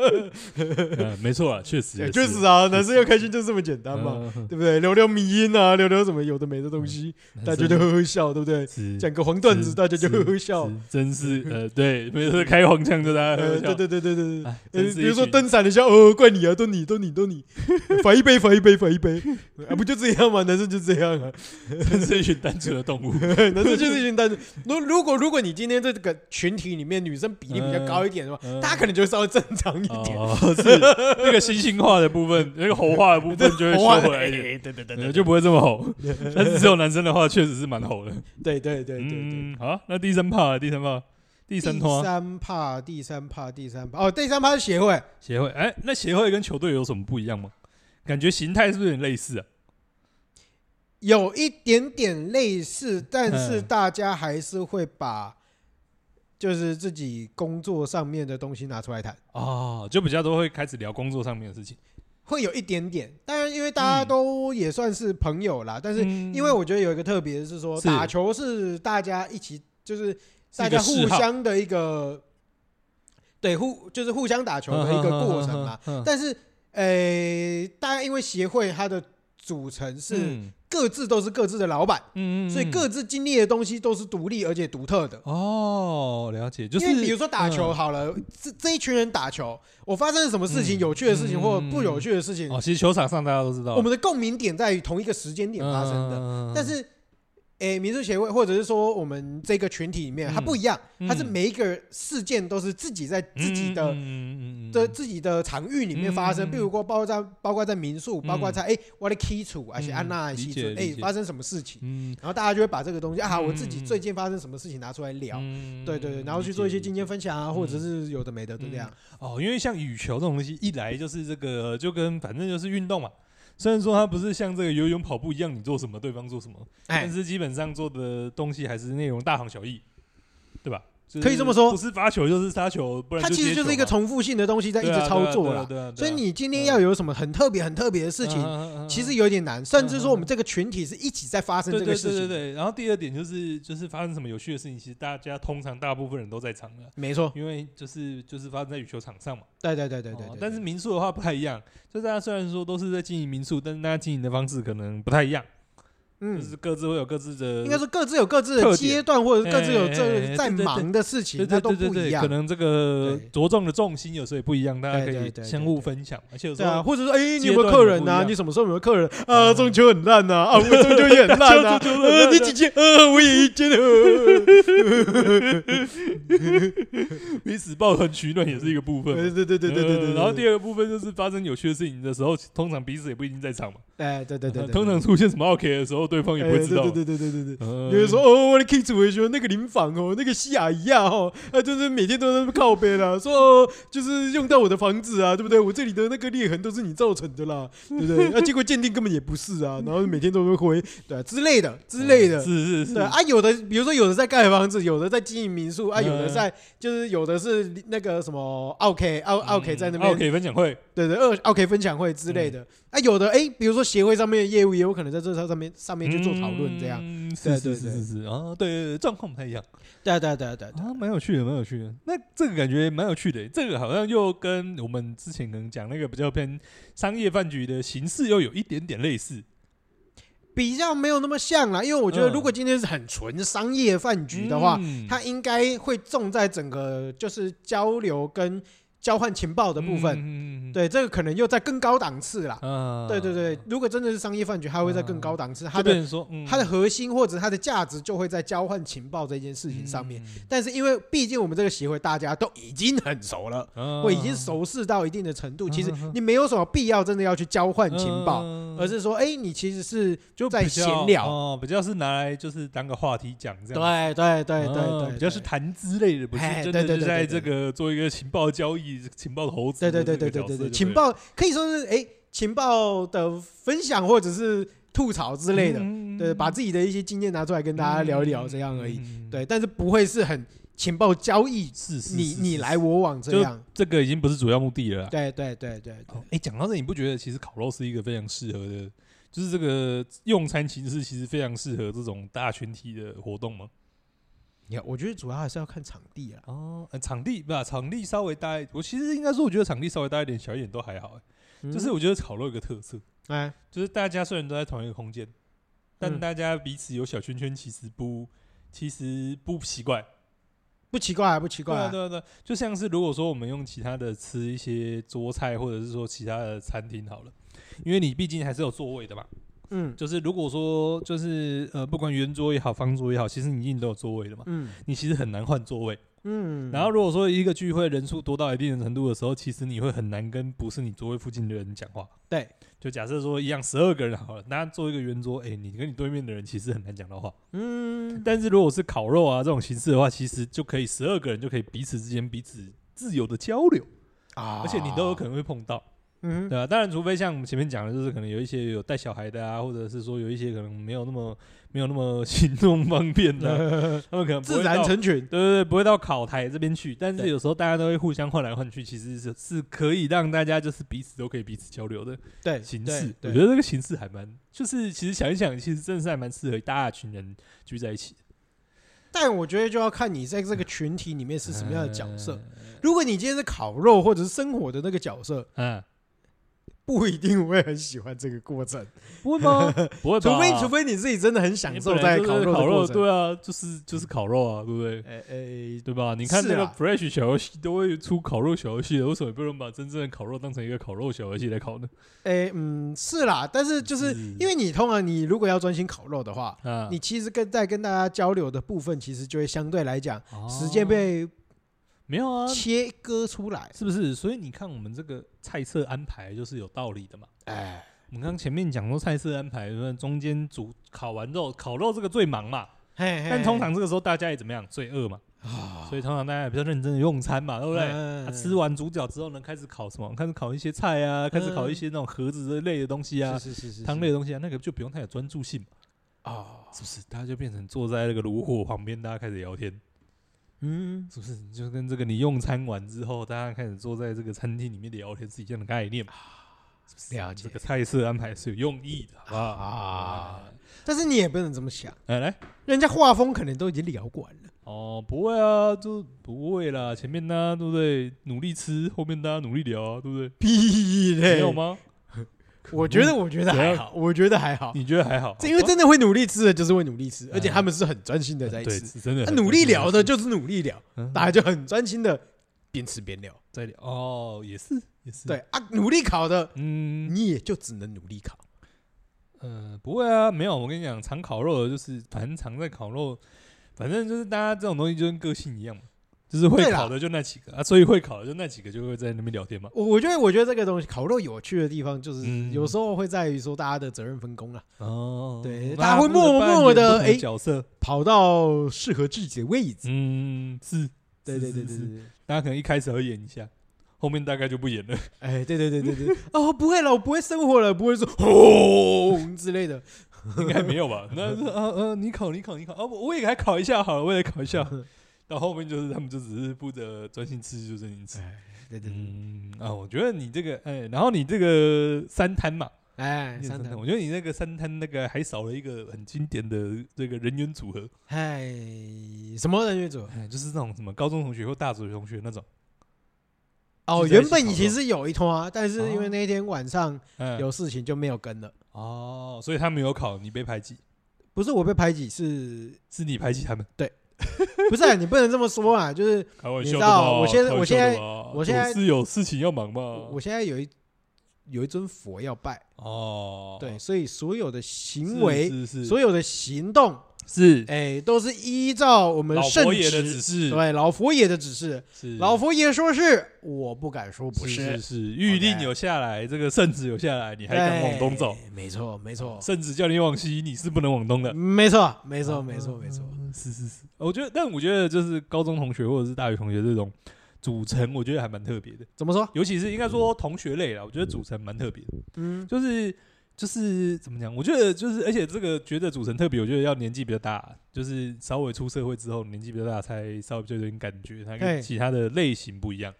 B: 呃没错啊，确实也
A: 对
B: 是
A: 确实啊，男生要开心就是这么简单嘛，，
B: 嗯
A: 对不对？聊聊迷音啊，聊聊什么有的没的东西，大家就呵呵笑，对不对？
B: 是
A: 讲个黄段子，
B: 是
A: 大家就呵呵笑。
B: 是 真是呃，对，没错，开黄腔就大
A: 呃，
B: 家呵呵
A: 对
B: 笑，
A: 对对对对对，
B: 哎
A: 呃，
B: 真是
A: 比
B: 一
A: 如说
B: 群
A: 登伞的笑，哦，怪你啊，都你都你都你， 罚一杯罚一杯罚一杯， 啊，不就这样吗？男生就这样啊，
B: 真是一群单纯的动物，
A: 男生 就是一群单纯。如如果如果你今天这个群体里面女生比例比较高一点的话，
B: 嗯嗯
A: 大家可能就会稍微正常一点。
B: 哦，是那个星星化的部分，那个猴化的部分就会
A: 哇
B: 收回来
A: 哎
B: 一点。
A: 对对对对
B: 呃
A: 对，
B: 就不会这么吼， 但是只有男生的话，确实是蛮吼的。
A: 对对对对对。
B: 嗯，好，那第三趴，第三趴，第三啊
A: 第
B: 趴
A: 三趴，第三趴，第三趴。哦，第三趴是协会，
B: 协会，哎，那协会跟球队有什么不一样吗？感觉形态是不是有点类似啊？
A: 有一点点类似，但是
B: 嗯
A: 大家还是会把就是自己工作上面的东西拿出来谈，
B: 哦，就比较都会开始聊工作上面的事情，
A: 会有一点点。当然，因为大家
B: 嗯
A: 都也算是朋友啦，但是
B: 嗯
A: 因为我觉得有一个特别的是说，
B: 是
A: 打球是大家一起，就是
B: 是
A: 大
B: 一
A: 家
B: 个
A: 互
B: 嗜好
A: 相的一个对互就是互相打球的
B: 嗯
A: 一个过程啊嘛。，
B: 但
A: 但是，呃，大家因为协会它的组成是
B: 嗯
A: 各自都是各自的老板，
B: 嗯嗯
A: 所以各自经历的东西都是独立而且独特的。
B: 哦，了解，就是
A: 因为比如说打球
B: 嗯
A: 好了，这这一群人打球，我发生了什么事情，
B: 嗯
A: 有趣的事情
B: 嗯
A: 或不有趣的事情，
B: 哦，其实球场上大家都知道，嗯
A: 我们的共鸣点在于同一个时间点发生的。
B: 的
A: 但是，诶，民宿协会或者是说我们这个群体里面，
B: 嗯
A: 它不一样，
B: 嗯
A: 它是每一个事件都是自己在自己的的自己的场域里面发生，
B: 嗯
A: 比如说包括在包括在民宿，
B: 嗯
A: 包括在哎、我的基础，而且安娜的基础
B: 理解，
A: 哎、
B: 理解
A: 发生什么事情，
B: 嗯
A: 然后大家就会把这个东西啊，
B: 嗯
A: 我自己最近发生什么事情拿出来聊，
B: 嗯
A: 对对对，然后去做一些经验分享啊，
B: 嗯
A: 或者是有的没的，就这样。
B: 哦，因为像羽球这种东西，一来就是这个，就跟反正就是运动嘛。虽然说它不是像这个游泳、跑步一样，你做什么对方做什么，
A: 哎
B: 但、是基本上做的东西还是内容大同小异，对吧？就是
A: 可以这么说
B: 不是发球就是杀球，哎不然
A: 哎它其实
B: 接球
A: 就是一个
B: 嘛
A: 重复性的东西在一直操作啦。
B: 对啊对啊对啊对啊
A: 所
B: 对啊
A: 以你今天要有什么很特别、很特别的事
B: 嗯
A: 情，
B: 嗯嗯嗯
A: 其
B: 嗯
A: 实有点难，甚至说我们这个群体是一起在发生
B: 对
A: 这
B: 对
A: 个
B: 对
A: 事
B: 对
A: 情。
B: 对。然后第二点就是就是发生什么有趣的事情，其实大家通常大部分人都在场的，
A: 没错，
B: 因为就是就是发生在羽球场上嘛。
A: 对对对对对
B: 哦
A: 对。
B: 但是民宿的话不太一样，就大家虽然说都是在经营民宿，但是大家经营的方式可能不太一样，
A: 嗯
B: 就是各自会有各自的，
A: 应该说各自有各自的
B: 特点
A: 阶段，或者各自有
B: 哎哎哎
A: 这
B: 哎
A: 在
B: 对对对
A: 忙的事
B: 对
A: 情，那
B: 对
A: 都
B: 对对
A: 不一
B: 对，
A: 样
B: 可。能这个
A: 对
B: 着重的重心有时候也不一样，大家可
A: 对对
B: 以
A: 对对
B: 相互分享，而且有时
A: 对啊，
B: 候
A: 或者说，哎，你有
B: 阶
A: 没有
B: 段
A: 客
B: 也
A: 人
B: 不一
A: 啊？
B: 样
A: 你什么时候有没有客人啊？
B: 嗯，
A: 中秋很烂呐，啊，我中秋也很烂啊
B: 中秋很烂
A: 呃，
B: 啊
A: 你几件？呃，我也一件。呃
B: 彼此抱团取暖也是一个部分嘛。
A: 对对对对对对对。
B: 呃然后第
A: 二，
B: 二个部分就是发生有趣的事情的时候，通常彼此也不一定在场嘛。
A: 哎，对对对
B: 呃
A: 对，
B: 通常出现什么 OK 的时候，对方
A: 对
B: 也
A: 哎
B: 不会知道嘛。
A: 对对对对对对对。
B: 呃
A: 有人说哦，我的 K 主也说那个林房哦，那个西雅一样哦，啊，就是每天都在那边靠背啦，说哦，就是用到我的房子啊，对不对？我这里的那个裂痕都是你造成的啦，对不 对？啊，结果鉴定根本也不是啊，然后每天都会灰，对、啊、之类的之类的，
B: 是是是
A: 对，啊，有的比如说有的在盖房子，有的在经营民宿啊，
B: 嗯
A: 有的在就是有的是那个什么奥 K 奥奥 K 在那边，
B: OK 嗯分享会，
A: 对对，二奥 K 分享会之类的、啊，有的哎，比如说协会上面的业务也有可能在这上面上面去做讨论这样，
B: 嗯。
A: 对
B: 是是
A: 对
B: 是
A: 对
B: 是是啊，对对对，状况不太一样
A: 对啊对啊对啊对啊对啊
B: 啊，蛮有趣的，蛮有趣的。那这个感觉蛮有趣的，欸这个好像又跟我们之前可能讲那个比较偏商业饭局的形式又有一点点类似。
A: 比较没有那么像啦，因为我觉得
B: 嗯
A: 如果今天是很纯商业饭局的话，
B: 嗯
A: 它应该会重在整个就是交流跟交换情报的部分。
B: 分，
A: 对，这个可能又在更高档次啦。
B: 嗯啊，
A: 对对对，如果真的是商业饭局，它会在更高档次，它
B: 就
A: 的
B: 变成说，嗯
A: 它的核心或者它的价值就会在交换情报这件事情上面。，
B: 嗯
A: 但是因为毕竟我们这个协会大家都已经很熟了，
B: 啊
A: 我已经熟识到一定的程度，其实
B: 嗯嗯嗯
A: 你没有什么必要真的要去交换情报，
B: 嗯
A: 而是说，哎，你其实是
B: 就
A: 在
B: 比较
A: 闲聊
B: 哦，比较是拿来就是当个话题讲这
A: 对
B: 样。
A: 对对
B: 嗯
A: 对对，
B: 比较是
A: 对
B: 谈资类的，不是
A: 哎
B: 真
A: 对
B: 的
A: 对
B: 是
A: 对
B: 在
A: 对
B: 这个做一个情报交易、情报投资
A: 对
B: 的
A: 对
B: 这
A: 对
B: 个角色。
A: 对对对对，
B: 不
A: 情报可以说是哎情报的分享或者是吐槽之类的，
B: 嗯
A: 对，把自己的一些经验拿出来跟大家聊一聊这样而已，。
B: 嗯，
A: 对，但是不会是很情报交易，
B: 是是，
A: 你
B: 是
A: 你
B: 是
A: 来我往这
B: 就
A: 样，
B: 这个已经不是主要目的了啦。
A: 对对对对对
B: 哦，哎、讲到这，你不觉得其实烤肉是一个非常适合的，就是这个用餐形式其实非常适合这种大群体的活动吗？
A: 你看，我觉得主要还是要看场地啦。
B: 哦，呃、场地不、啊，场地稍微大一，我其实应该说，我觉得场地稍微大一点、小一点都还好、就是我觉得烤肉有个特色，
A: 嗯哎，
B: 就是大家虽然都在同一个空间，但
A: 嗯
B: 大家彼此有小圈圈，其实不，其实不奇怪。
A: 不奇怪啊，不奇怪
B: 对啊，
A: 啊。
B: 对啊，对啊，就像是如果说我们用其他的吃一些桌菜，或者是说其他的餐厅好了，因为你毕竟还是有座位的嘛。
A: 嗯
B: 就是如果说就是呃，不管圆桌也好，方桌也好，其实你一定都有座位的嘛，
A: 嗯
B: 你其实很难换座位。
A: 嗯。
B: 然后如果说一个聚会人数多到一定的程度的时候，其实你会很难跟不是你座位附近的人讲话。
A: 对，
B: 就假设说一样十二个人好了，那做一个圆桌，哎、你跟你对面的人其实很难讲到话。
A: 嗯，
B: 但是如果是烤肉啊这种形式的话，其实就可以十二个人就可以彼此之间彼此自由的交流，
A: 啊
B: 而且你都有可能会碰到。
A: 嗯
B: 对啊，当然，除非像我们前面讲的，就是可能有一些有带小孩的啊，或者是说有一些可能没有那么没有那么行动方便的啊、 他们可能不
A: 自
B: 会到
A: 然成群。
B: 对对对，不会到烤台这边去。但是
A: 对
B: 有时候大家都会互相换来换去，其实是是可以让大家就是彼此都可以彼此交流的
A: 对，
B: 形
A: 对
B: 式。我
A: 对
B: 觉得这个形式还蛮，就是其实想一想，其实真的是还蛮适合大家群人聚在一起的。
A: 但我觉得就要看你在这个群体里面是什么样的角色。
B: 嗯？
A: 如果你今天是烤肉或者是生火的那个角色，
B: 嗯，
A: 不一定会很喜欢这个过程，
B: 不会吗？ 不会吧，
A: 除非除非你自己真的很享受在
B: 烤
A: 肉的
B: 烤
A: 过
B: 肉，
A: 程。
B: 对啊，就是就是烤肉啊，对不对？
A: 哎哎，
B: 对吧？你看
A: 是
B: 那个
A: 啦
B: Fresh 小游戏都会出烤肉小游戏了，为什么不能把真正的烤肉当成一个烤肉小游戏来烤呢？
A: 哎，嗯，是啦，但是就是
B: 是
A: 因为你通常你如果要专心烤肉的话，
B: 啊，
A: 你其实跟在跟大家交流的部分，其实就会相对来讲
B: 哦
A: 时间被
B: 没有啊？
A: 切割出来。
B: 是不是？所以你看我们这个菜色安排就是有道理的嘛。
A: 哎，
B: 我们刚前面讲说菜色安排，那中间煮烤完肉，烤肉这个最忙嘛，但
A: 但
B: 通常这个时候大家也怎么样，最饿嘛，
A: 啊，
B: 所以通常大家也比较认真的用餐嘛，对不对？
A: 嗯
B: 啊吃完主角之后呢，开始烤什么？开始烤一些菜啊，开始烤一些那种盒子类的东西啊，
A: 嗯是是是是
B: 汤类的东西啊，那个就不用太有专注性嘛。
A: 啊，
B: 是不是？大家就变成坐在那个炉火旁边，大家开始聊天，
A: 嗯，
B: 是不是？就跟这个你用餐完之后，大家开始坐在这个餐厅里面聊天是一样的概念嘛？是不是
A: 啊了解
B: 这个菜色安排是有用意的，好不好？
A: 啊但是你也不能这么想，
B: 来来，
A: 人家画风可能都已经聊完了。
B: 哦，不会啊，就不会啦。前面大家对不对？努力吃，后面大家努力聊啊，对不对？
A: 屁嘞
B: 没有？吗？
A: 哦我觉得，我觉得
B: 怎样
A: 还好，我觉得还好，
B: 你觉得还好？哦
A: 这因为真的会努力吃的就是会努力吃，而且
B: 嗯
A: 他们是很专心的在
B: 对，
A: 吃，
B: 是真的
A: 他
B: 很
A: 努力聊的
B: 嗯
A: 就是努力聊，
B: 嗯
A: 大家就很专心的边吃边聊。
B: 在聊哦，也是也是，
A: 对，啊，努力考的
B: 嗯，
A: 你也就只能努力考。
B: 呃，不会啊，没有。我跟你讲，常烤肉的就是，反正常在烤肉，反正就是大家这种东西就跟个性一样嘛，就是会
A: 对啦
B: 烤的就那几个啊，所以会烤的就那几个就会在那边聊天嘛。
A: 我我觉得，我觉得这个东西烤肉有趣的地方，就是
B: 嗯
A: 有时候会在于说大家的责任分工啊，
B: 哦
A: 对大家会默默地哎
B: 角色，
A: 跑到适合自己的位置。
B: 嗯，是，
A: 对对对
B: 是
A: 对
B: 是
A: 对，
B: 大家可能一开始会演一下，后面大概就不演了。
A: 哎，对对对对 对，哦，不会了，我不会生活了，不会说轰之类的。
B: 应该没有吧？那是呃呃，你考你考你考，哦，我我也来考一下好了，我也来考一 下。到后面就是他们就只是负责专心吃，就专心吃。
A: 哎，对对对，
B: 嗯啊，我觉得你这个哎，然后你这个三摊嘛，
A: 哎，
B: 三
A: 三
B: 摊，
A: 头，
B: 我觉得你那个三摊那个还少了一个很经典的这个人员组合，
A: 哎，什么人员组？
B: 哎，就是那种什么高中同学或大学同学那种，
A: 哦，
B: 聚在一
A: 原
B: 起
A: 本
B: 烤
A: 其实有一通啊，但是因为
B: 哦
A: 那天晚上
B: 嗯，
A: 有事情就没有跟了。
B: 哦，所以他们有考，你被排挤，
A: 不是我被排挤，是
B: 是你排挤他们，
A: 对，不是啊、你不能这么说啊，就是
B: 开玩
A: 你
B: 笑
A: 知
B: 的
A: 道
B: 嘛
A: 我现在
B: 开玩
A: 我
B: 笑的
A: 现在
B: 嘛
A: 我现在
B: 总是有事情要忙嘛。
A: 我现在有一有一尊佛要拜，
B: 哦，
A: 对，，所以所有的行
B: 是
A: 为，
B: 是是，
A: 所有的行动，
B: 是
A: 哎，都是依照我们
B: 老
A: 圣
B: 佛
A: 旨
B: 爷的指示，
A: 对老佛爷的指示，
B: 是
A: 老佛爷说是，我不敢说不
B: 是是是，预定有下来，这个圣旨有下来，你还敢往东走？
A: 对没错，没错，
B: 圣旨叫你往西，你是不能往东的。
A: 没错，没错，没错，没错。
B: 嗯，是是是，我觉得，但我觉得就是高中同学或者是大学同学这种组成，我觉得还蛮特别的，
A: 怎么说？
B: 尤其是应该说同学类啦，我觉得组成蛮特别的，
A: 嗯，
B: 就是就是怎么讲？我觉得就是，而且这个觉得组成特别，我觉得要年纪比较大，就是稍微出社会之后年纪比较大才稍微比较有点感觉，它
A: 嘿
B: 跟其他的类型不一样。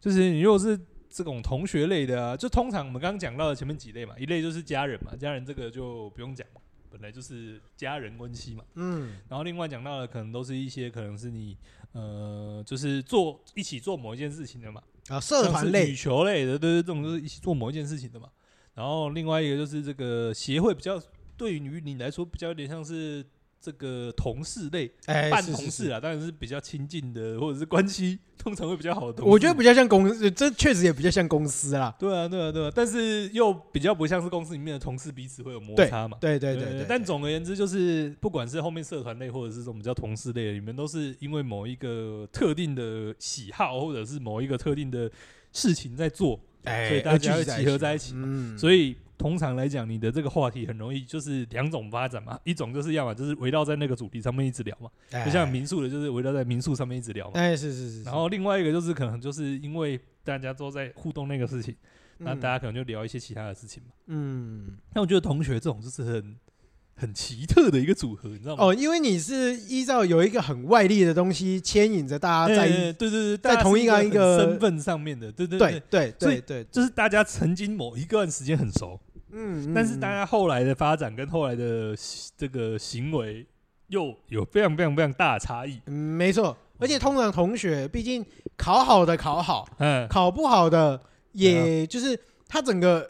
B: 就是你如果是这种同学类的啊，就通常我们刚刚讲到的前面几类嘛，一类就是家人嘛，家人这个就不用讲嘛，本来就是家人关系嘛。
A: 嗯，
B: 然后另外讲到的可能都是一些可能是你呃，就是做一起做某一件事情的嘛，
A: 啊，社
B: 像
A: 团
B: 是
A: 类
B: 羽，球类的，对对，这种就是一起做某一件事情的嘛。然后另外一个就是这个协会比较对于你来说比较有点像是这个同事类、
A: 哎，
B: 半
A: 是
B: 同
A: 是
B: 事啊，当然是比较亲近的或者是关系通常会比较好的
A: 是
B: 同事。
A: 我觉得比较像公司，这确实也比较像公司啦。
B: 对啊，对啊，对啊，但是又比较不像是公司里面的同事彼此会有摩擦嘛。
A: 对对
B: 对
A: 对，
B: 但
A: 对
B: 总而言之，就是不管是后面社团类，或者是我们叫同事类的，你们都是因为某一个特定的喜好，或者是某一个特定的事情在做，
A: 哎，
B: 所以大家
A: 要
B: 会
A: 聚集
B: 集合在一起。
A: 嗯，
B: 所以通常来讲，你的这个话题很容易就是两种发展嘛，一种就是要么就是围绕在那个主题上面一直聊嘛，
A: 哎
B: 就像民宿的，就是围绕在民宿上面一直聊嘛。
A: 哎，是是是，
B: 然后另外一个就是可能就是因为大家都在互动那个事情，那大
A: 家
B: 家可能就聊一些其他的事情嘛。
A: 嗯
B: 那我觉得同学这种就是很很奇特的一个组合，你知道吗？
A: 哦，因为你是依照有一个很外力的东西牵引着大家在
B: 呃
A: 一，
B: 对对对，
A: 在同一
B: 一
A: 个一个
B: 身份上面的，对对
A: 对
B: 对，
A: 对
B: 所
A: 对
B: 以
A: 对，
B: 就是大家曾经某一段时间很熟，
A: 嗯，嗯
B: 但是
A: 嗯
B: 大家后来的发展跟后来的行这个行为又有非常非常非常大的差异。
A: 嗯，没错，而且通常同学，毕竟考好的考 好，
B: 嗯，
A: 考不好的
B: 啊
A: 也就是他整个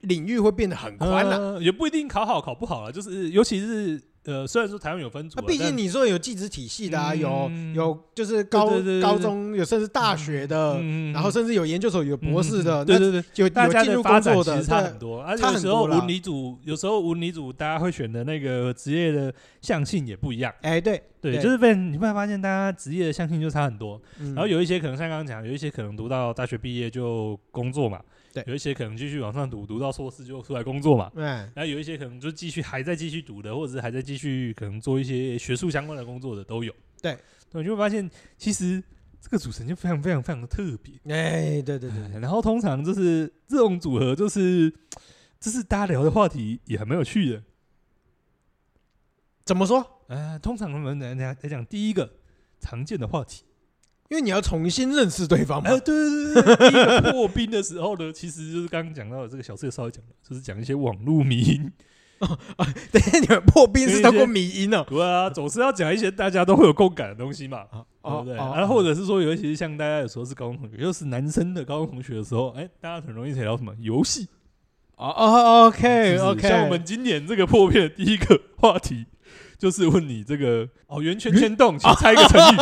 A: 领域会变得很宽了、啊。
B: 呃也不一定考好考不好了，就是尤其是呃，虽然说台湾有分组啊，
A: 毕
B: 但
A: 竟你说有技职体系的、啊，
B: 嗯
A: 有有就是高
B: 对对对对对
A: 高中，有甚至大学的，
B: 嗯
A: 然后甚至有研究所、有博士的，
B: 嗯
A: 那
B: 对对对，
A: 有
B: 大
A: 有
B: 家
A: 进
B: 的
A: 入
B: 发
A: 工
B: 展
A: 作
B: 其
A: 的，
B: 实差
A: 对
B: 很多，而且
A: 差
B: 有
A: 很
B: 时候
A: 多啦
B: 文理组，有时候文理组大家会选的那个职业的象性也不一样，
A: 哎对嗯
B: 对，就是被你会发现大家职业的象性就差很多，
A: 然
B: 然后有一些可能像刚刚讲，有一些可能读到大学毕业就工作嘛，
A: 对
B: 有一些可能继续往上读，读到硕士就出来工作嘛，
A: 哎
B: 然后有一些可能就继续还在继续读的，或者是还在继续可能做一些学术相关的工作的都有。
A: 对，
B: 那你就会发现其实这个组成就非常非常非常的特别。
A: 哎对对 对，
B: 哎然后通常就是这种组合，就是就是大家聊的话题也很蛮有趣的。
A: 怎么说？
B: 呃，通常我们来讲来讲第一个常见的话题，
A: 因为你要重新认识对哦方嘛
B: 哎、。对对对对，第一个破冰的时候呢，其实就是刚刚讲到的这个小四稍微讲的，就是讲一些网络迷因，
A: 等一下你们破冰是通过迷音哦，
B: 对啊，总是要讲一些大家都会有共感的东西嘛，对
A: 哦
B: 不对？
A: 哦
B: 然后或者是说，尤其是像大家有时候是高中同学，又是男生的高中同学的时候，哎、大家很容易聊什么游戏
A: 哦
B: 啊
A: 哦，OK
B: 是不是
A: OK，
B: 像我们今年这个破片的第一个话题。就是问你这个哦，圆圈牵动，请猜一个成语。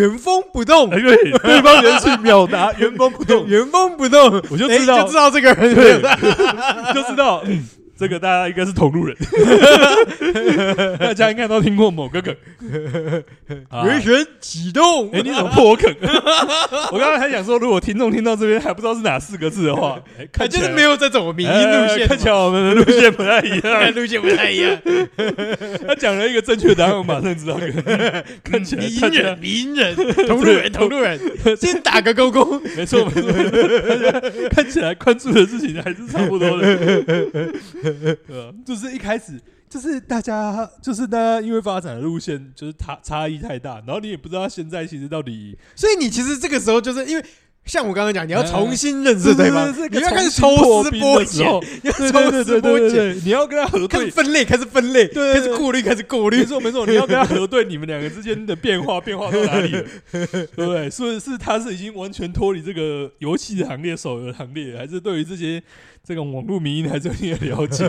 A: 原封不动
B: 哎，， 对，对方人去秒答原封不动，
A: 原封不动，
B: 我就
A: 哎
B: 知道
A: 就知道这个人
B: 对， 就知道，嗯，这个大家应该是同路人， 大家应该都听过某 个梗。啊
A: 原神启动。
B: 哎、你 怎么破我梗？ 我刚刚还想说，如果听众听到这边还不知道是哪四个字的话，哎，
A: 他
B: 看起
A: 就
B: 来
A: 是没有这种民音路
B: 哎
A: 线
B: 看起
A: 嘛，
B: 来我们的路线不太 一
A: 看
B: 样。
A: 路线不太一样。
B: 他讲了一个正确答案，我马 上知道梗。看起来
A: 民音
B: 看起来
A: 人，民音人，同路人，同路人，先打个勾勾。
B: 没错没错，看起来关注的事情还是差不多的， 对吧？就是一开始就是大家就是大家因为发展的路线就是差差异太大，然后你也不知道现在其实到底
A: 所以你其实这个时候就是因为像我刚刚讲，你
B: 哎
A: 要重新认识对方，你要开始抽丝剥
B: 之
A: 茧，
B: 后，
A: 你要
B: 对
A: 抽
B: 对
A: 丝
B: 对对对
A: 剥茧，
B: 对，你要跟他核
A: 开始
B: 对，
A: 分类，开始分类，
B: 对对
A: 开始过滤，开始过
B: 没
A: 滤。
B: 错没错，你要跟他核对你们两个之间的变化，变化到哪里 了，对不对？是是他是已经完全脱离这个游戏的行列、手游的行列，还是对于这些这种网络迷因还是有一定的 了解？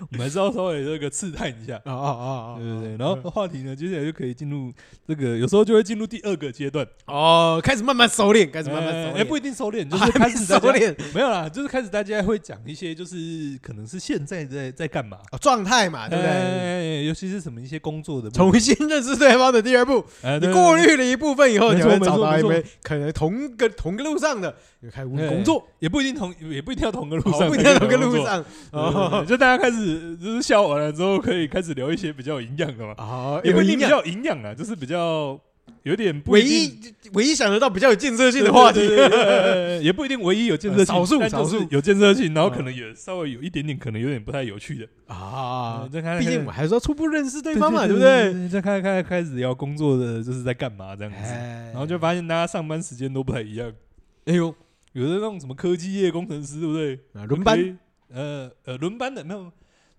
B: 我们还是要稍微这个刺探一下。
C: 啊啊啊啊！
B: 对对
A: 嗯
B: 对，然后话题呢，接下来就可以进入这个，有时候就会进入第二个阶段，
A: 哦，开始慢慢收敛，开始慢慢
B: 哎
A: 收敛，
B: 哎，不一定收 敛，就
A: 还没
B: 是开始
A: 收
B: 大家
A: 敛
B: 没有啦，就是开始大家会讲一些，就是可能是现在在在干嘛，
A: 哦状态嘛，对不对？
B: 哎尤其是什么一些工作的部分，
A: 重新认识对方的第二步，
B: 哎
A: 你
B: 对
A: 过滤了一部分以后，
B: 네.没
A: 你
B: 错
A: 会找到
B: 没
A: 一
B: 错
A: 位可能同个同个路上的，你开始问工作，
B: 也不一定同，也哦不一定要同个路
A: 好
B: 上，
A: 不一定要同个
B: 可以
A: 路
B: 找
A: 上
B: 工作。对对对
A: 哦，
B: 就大家开始就是笑完了之后，可以开始聊一些比较有营养的嘛，
A: 啊，
B: 也不
A: 有
B: 一定
A: 营
B: 比
A: 养。
B: 较有营养啊，就是比较有点不
A: 唯
B: 定
A: 一唯一想得到比较有建设性的话题
B: 对，对对对对对呃也不一定唯一有建设性，
A: 少数
B: 但就
A: 少
B: 是
A: 数
B: 有建设性，然后可能也稍微有一点点，可能有点不太有趣的
A: 啊，
B: 再看看
A: 毕竟我们还是要初步认识对
B: 对
A: 方嘛，
B: 对
A: 不
B: 对
A: 对？
B: 对？再看看开始聊工作的，就是在干嘛这样子，
A: 哎
B: 然后就发现大家上班时间都不太一样，
A: 哎呦，
B: 有的那种什么科技业工程师，对不对？
A: 啊轮班
B: 可，以，呃呃，轮班的没有，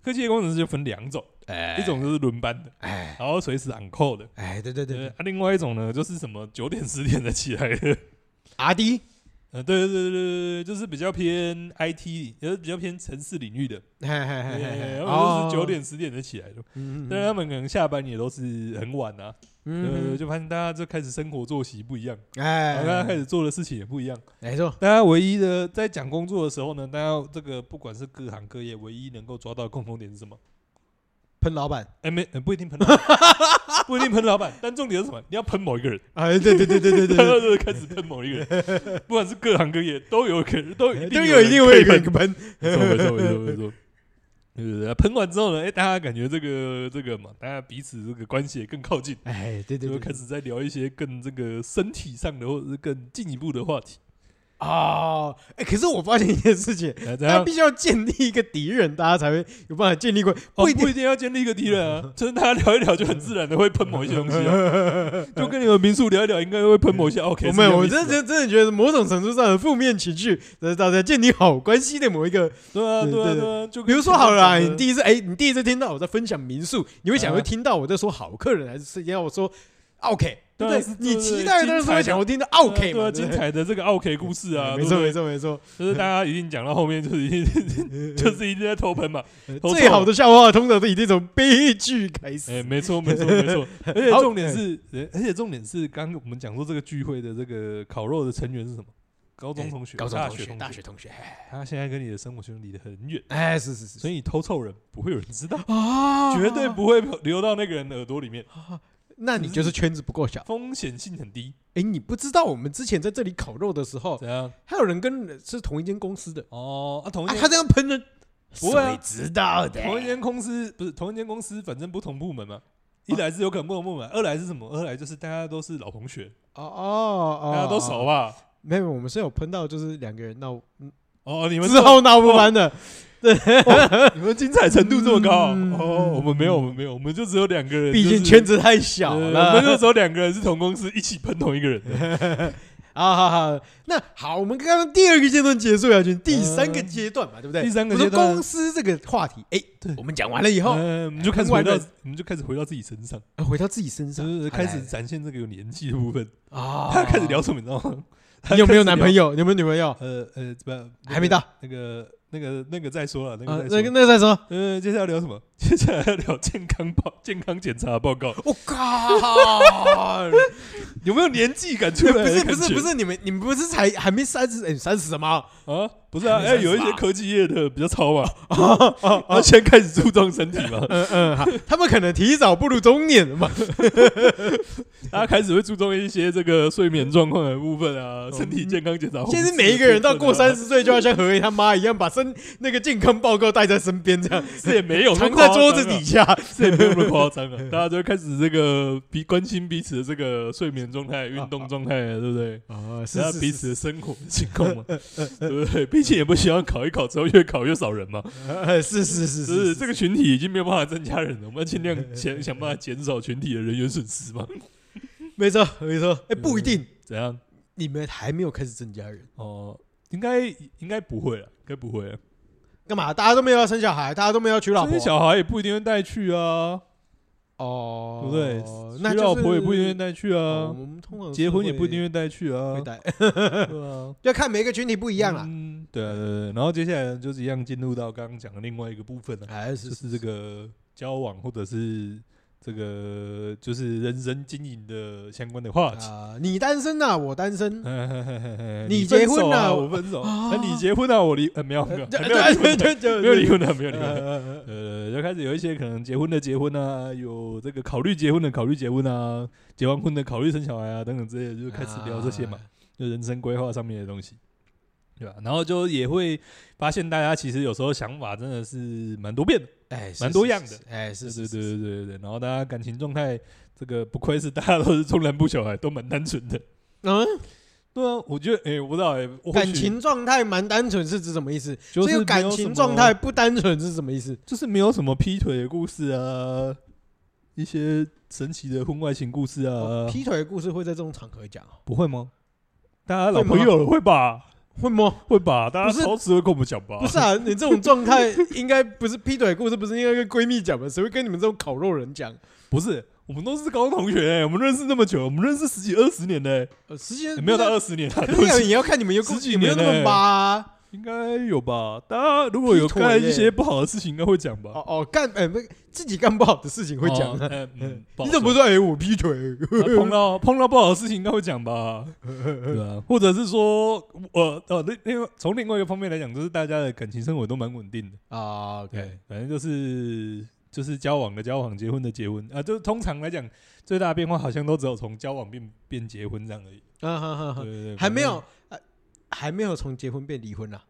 B: 科技业工程师就分两种，
A: 哎
B: 一，种就是轮班的，
A: 哎
B: 然后随时 on call 的，
A: 哎，对对对对
B: 对，啊，另外一种呢就是什么九点十点才起来 的。
A: ，R D，
B: 呃，对对对对对，就是比较偏 IT，也是比较偏城市领域的，
A: 嘿嘿嘿嘿嘿
B: 然
A: 哦
B: 后就是九，点十点才起来的，
A: 嗯
B: 但是他们可能下班也都是很晚啊，对对对，
A: 嗯，
B: 就发现大家就开始生活作息不一样，然后大家开
A: 哎，
B: 始做的事情也不一样。
A: 没错，
B: 大家唯一的在讲工作的时候呢，大家这个不管是各行各业，唯一能够抓到的共同点是什么？
A: 喷老板，
B: 哎，没，呃不一定喷老板， 不一定喷老板，但重点是什么？你要喷某一个人，
A: 哎，对对对对 对对
B: 大家
A: 对，
B: 就开始喷某一个人，不管是各行各业，都有可都一
A: 都
B: 定
A: 有一定会有一
B: 人可以
A: 个
B: 喷
A: 人喷，
B: 没错没错没错没错。对对对，喷完之后呢，哎、大家感觉这个这个嘛，大家彼此这个关系也更靠近，
A: 哎，对对
B: 就
A: 对，
B: 开始在聊一些更这个身体上的或者是更进一步的话题。
A: 哦，哎，可是我发现一件事 情，
B: 哎，
A: 他
B: 大家
A: 必须要建立一个敌人，大家才会有办法建立关，
B: 哦
A: 不一
B: 不
A: 定
B: 一定要建立一个敌 人啊，就是大家聊一聊就很自然的会喷某一些东西、啊，就跟你们民宿聊一聊，应该会喷 某一些 OK
A: 我
B: 是一样意思吧。啊
A: 们我真的真的觉得某种程度上的负面情绪，这是大家建立好关系的某一个。
B: 对啊
A: 对
B: 对啊
A: 对
B: 对啊，就
A: 比
B: 跟
A: 如说好了啊，
B: 前
A: 你
B: 面讲的
A: 第一次哎，你第一次听到我在分享民宿，你会想
B: 啊
A: 会听到我在说好客人，还是是要我说啊 OK？对不
B: 对啊是
A: 对？你
B: 对
A: 期
B: 对
A: 待的
B: 精
A: 时
B: 彩
A: 候
B: 的
A: 想要听到 OK
B: 对
A: 嘛？对
B: 啊，精
A: 不对
B: 彩的这个 OK 故事啊，
A: 没
B: 对
A: 错
B: 不对
A: 没，错没错，
B: 就是大家一定讲到后面就是一 定就是一定在 偷 喷嘛。头
A: 最
B: 痛
A: 好的笑话通常都以这种悲剧开
B: 哎、
A: 始。
B: 没错，没错，没 错。而且
A: 好
B: 重点是，呃而且重点是，刚刚我们讲说这个聚会的这个烤肉的成员是什么？高中同学、
A: 哎高中
B: 大
A: 同
B: 学
A: 学、
B: 同
A: 大学同学，
B: 他现在跟你的生活圈离得很远，
A: 哎，是是是，
B: 所以你偷凑人不会有人知 道，
A: 啊，
B: 绝对。不会流到那个人的耳朵里面，
A: 那你就是圈子不够小。
B: 风险性很低。
A: 哎，你不知道我们之前在这里烤肉的时候，
B: 怎样？
A: 还有人跟是同一间公司的，
B: 哦，啊，同一
A: 啊，
B: 间、
A: 他这样喷人，
B: 不会啊
A: 谁知道的？
B: 同一间公司不是同一间公司，反正不同部门嘛。一来是有可能不同部
A: 啊
B: 门，二来是什么？二来就是大家都是老同学，
A: 哦哦哦，
B: 大家都熟
A: 啊。
B: 吧？
A: 没有，我们是有喷到，就是两个人闹，
B: 哦，你们
A: 之后闹不 翻的。
B: 你们精彩程度这么高、
A: 嗯
B: 哦？我们没有，我们没有，我们就只有两个人，
A: 毕
B: 就是
A: 竟圈子太小
B: 对
A: 了。
B: 我们那时候两个人是同公司，一起喷同一 个人的。
A: 啊，好好，那好，我们刚刚第二个阶段结束了，就第三个阶段嘛，对不对？
B: 第三个
A: 我说
B: 阶段
A: 公司这个话题，哎
B: 对，
A: 我们讲完了以后，
B: 嗯，我们就开始回到
A: 很晚，
B: 我们就开始回到自己身上，
A: 啊回到自己身
B: 就
A: 上，
B: 是开
A: 来
B: 始
A: 来
B: 展现这个有年纪的部分。
A: 来啊，
B: 他开始聊什么，你知道吗？他
A: 你有没有
B: 开始聊
A: 男朋？友？你有没有女朋友？
B: 呃呃，不，那个
A: 还没到。
B: 那个那个那个再说了，那
A: 啊
B: 个，再
A: 那个
B: 说。
A: 那个再说。
B: 呃，接下来聊什么？接下来要聊健康报 健康检查报 告，
A: 我 靠！
B: 有没有年纪感 出来的
A: 不
B: 感觉？
A: 是不是不是，你们你们不是才还没三十？哎，三十什么？
B: 啊，不是啊，
A: 还
B: 哎、
A: 没三
B: 有一
A: 十
B: 些
A: 吧
B: 科技业的比较糙 嘛， 他先开始注重身体 嘛，
A: 嗯嗯，好，他们可能提早步入中年 了嘛。
B: 他开始会注重一些这个睡眠状况的部分啊，身体健康检查。
A: 现在每一个人
B: 啊
A: 到过 三
B: 十，
A: 十岁就要像何以他妈一样，把身那个健康报告带在身边，这样
B: 这也没有那么
A: 藏在
B: 夸
A: 桌
B: 张
A: 子
B: 啊
A: 底，下。
B: 这也没有那么夸张啊。 大家就会开始这个彼关心彼此的这个睡眠状态、运动状态啊，对不对？
A: 啊，
B: 大家彼此的生活的情况嘛，对不对？毕竟也不希望考一考之后越考越少人嘛，
A: 呃是是是
B: 就是是这个群体已经没有办法增加人了，我们要尽 量想想办法减少群体的人员损失嘛。嗯
A: 没错没错。哎，不一定，
B: 怎样？
A: 你们还没有开始增加人，
B: 哦、应该应该不会了，应该不会了。
A: 干嘛？大家都没有要生小孩，大家都没有要娶老
B: 生
A: 婆，
B: 小孩也不一定会带去啊，
A: 哦
B: 对，不对？
A: 那
B: 娶
A: 就是
B: 老婆也不一定会带去
A: 哦我
B: 啊，
A: 们通常
B: 结婚也
A: 是
B: 不一定
A: 会
B: 会带去啊
A: 会，带，
B: 对啊，
D: 要看每个群体不 一
B: 一
D: 样啦。
B: 嗯，对啊，对对对。然后接下来就是一样进入到刚刚讲的另外一个部分了、
A: 还
B: 就是是这个交往或者是这个就是人生经营的相关的话题。
A: 啊，你单身呐，我单身，
B: 你
A: 你结婚
B: 了、
A: 啊
B: 我分手。那、你结婚了、我离、呃没有没有还没有离
A: 对
B: 婚
A: 对
B: 的，
A: 对，
B: 没有离婚啊的，没有离婚 的。
A: 婚，
B: 呃，就开始有一些可能结婚的结婚啊，有这个考虑结婚的考虑结婚啊，结完婚的考虑生小孩啊等等之类的，就开始聊这些
A: 啊
B: 嘛，就人生规划上面的东西，对吧？然后就也会发现大家其实有时候想法真的是蛮多变的，
A: 哎，是
B: 蛮多样的，
A: 是是哎，是
B: 对
A: 是
B: 对
A: 是，
B: 对对对对。然后大家感情状态，这个不愧是大家都是中南部小孩，都蛮单纯的。
A: 嗯，
B: 对啊，我觉得，哎、我不知道、哎，或许
A: 感情状态蛮单纯是指什么意思？
B: 就
A: 只
B: 是
A: 有
B: 没
A: 感
B: 有什
A: 情
B: 么
A: 状态不单纯是什么意思？
B: 就是没有什么劈腿的故事啊，一些神奇的婚外情故事啊
A: 哦，
D: 劈腿的故事会在这种场合讲哦，
B: 不会吗？大家老朋友了会吧？
A: 会吗？
B: 会吧？大
A: 不
B: 家
A: 是
B: 超时会跟我们讲吧
A: 不？是啊，你这种状态应该不是劈腿的故事，不是应该跟闺蜜讲吧？谁会跟你们这种烤肉人讲？
B: 不是，我们都是高中同学、哎我们认识那么久，我们认识十几二十年嘞、
A: 呃，时间
B: 哎没有到
A: 不
B: 二十年啊，
A: 是啊，
B: 对不
A: 可是
B: 起，
A: 也要看你们有
B: 十几
A: 有没有那
B: 年
A: 么
B: 欸
A: 八啊。
B: 应该有吧？大家如果有
A: 劈腿
B: 干
A: 耶
B: 一些不好的事情，应该会讲吧？
A: 哦哦，干呃不自己干不好的事情会讲
B: 哦
A: 啊。
B: 哎 嗯，
A: 你
B: 好
A: 怎么不
B: 说
A: 说？哎，我劈腿，
B: 啊碰到碰到不好的事情，应该会讲吧？对啊，或者是说，呃呃，另另外从另外一个方面来讲，就是大家的感情生活都蛮稳定的。
A: 啊
B: 对，反正就是就是交往的交往，结婚的结婚啊，就是通常来讲，最大的变化好像都只有从交往变变结婚这样而已。
A: 啊哈哈哈
B: 对，对对，
A: 还没有
B: 反，
A: 呃还没有从结婚变离婚啦。
B: 正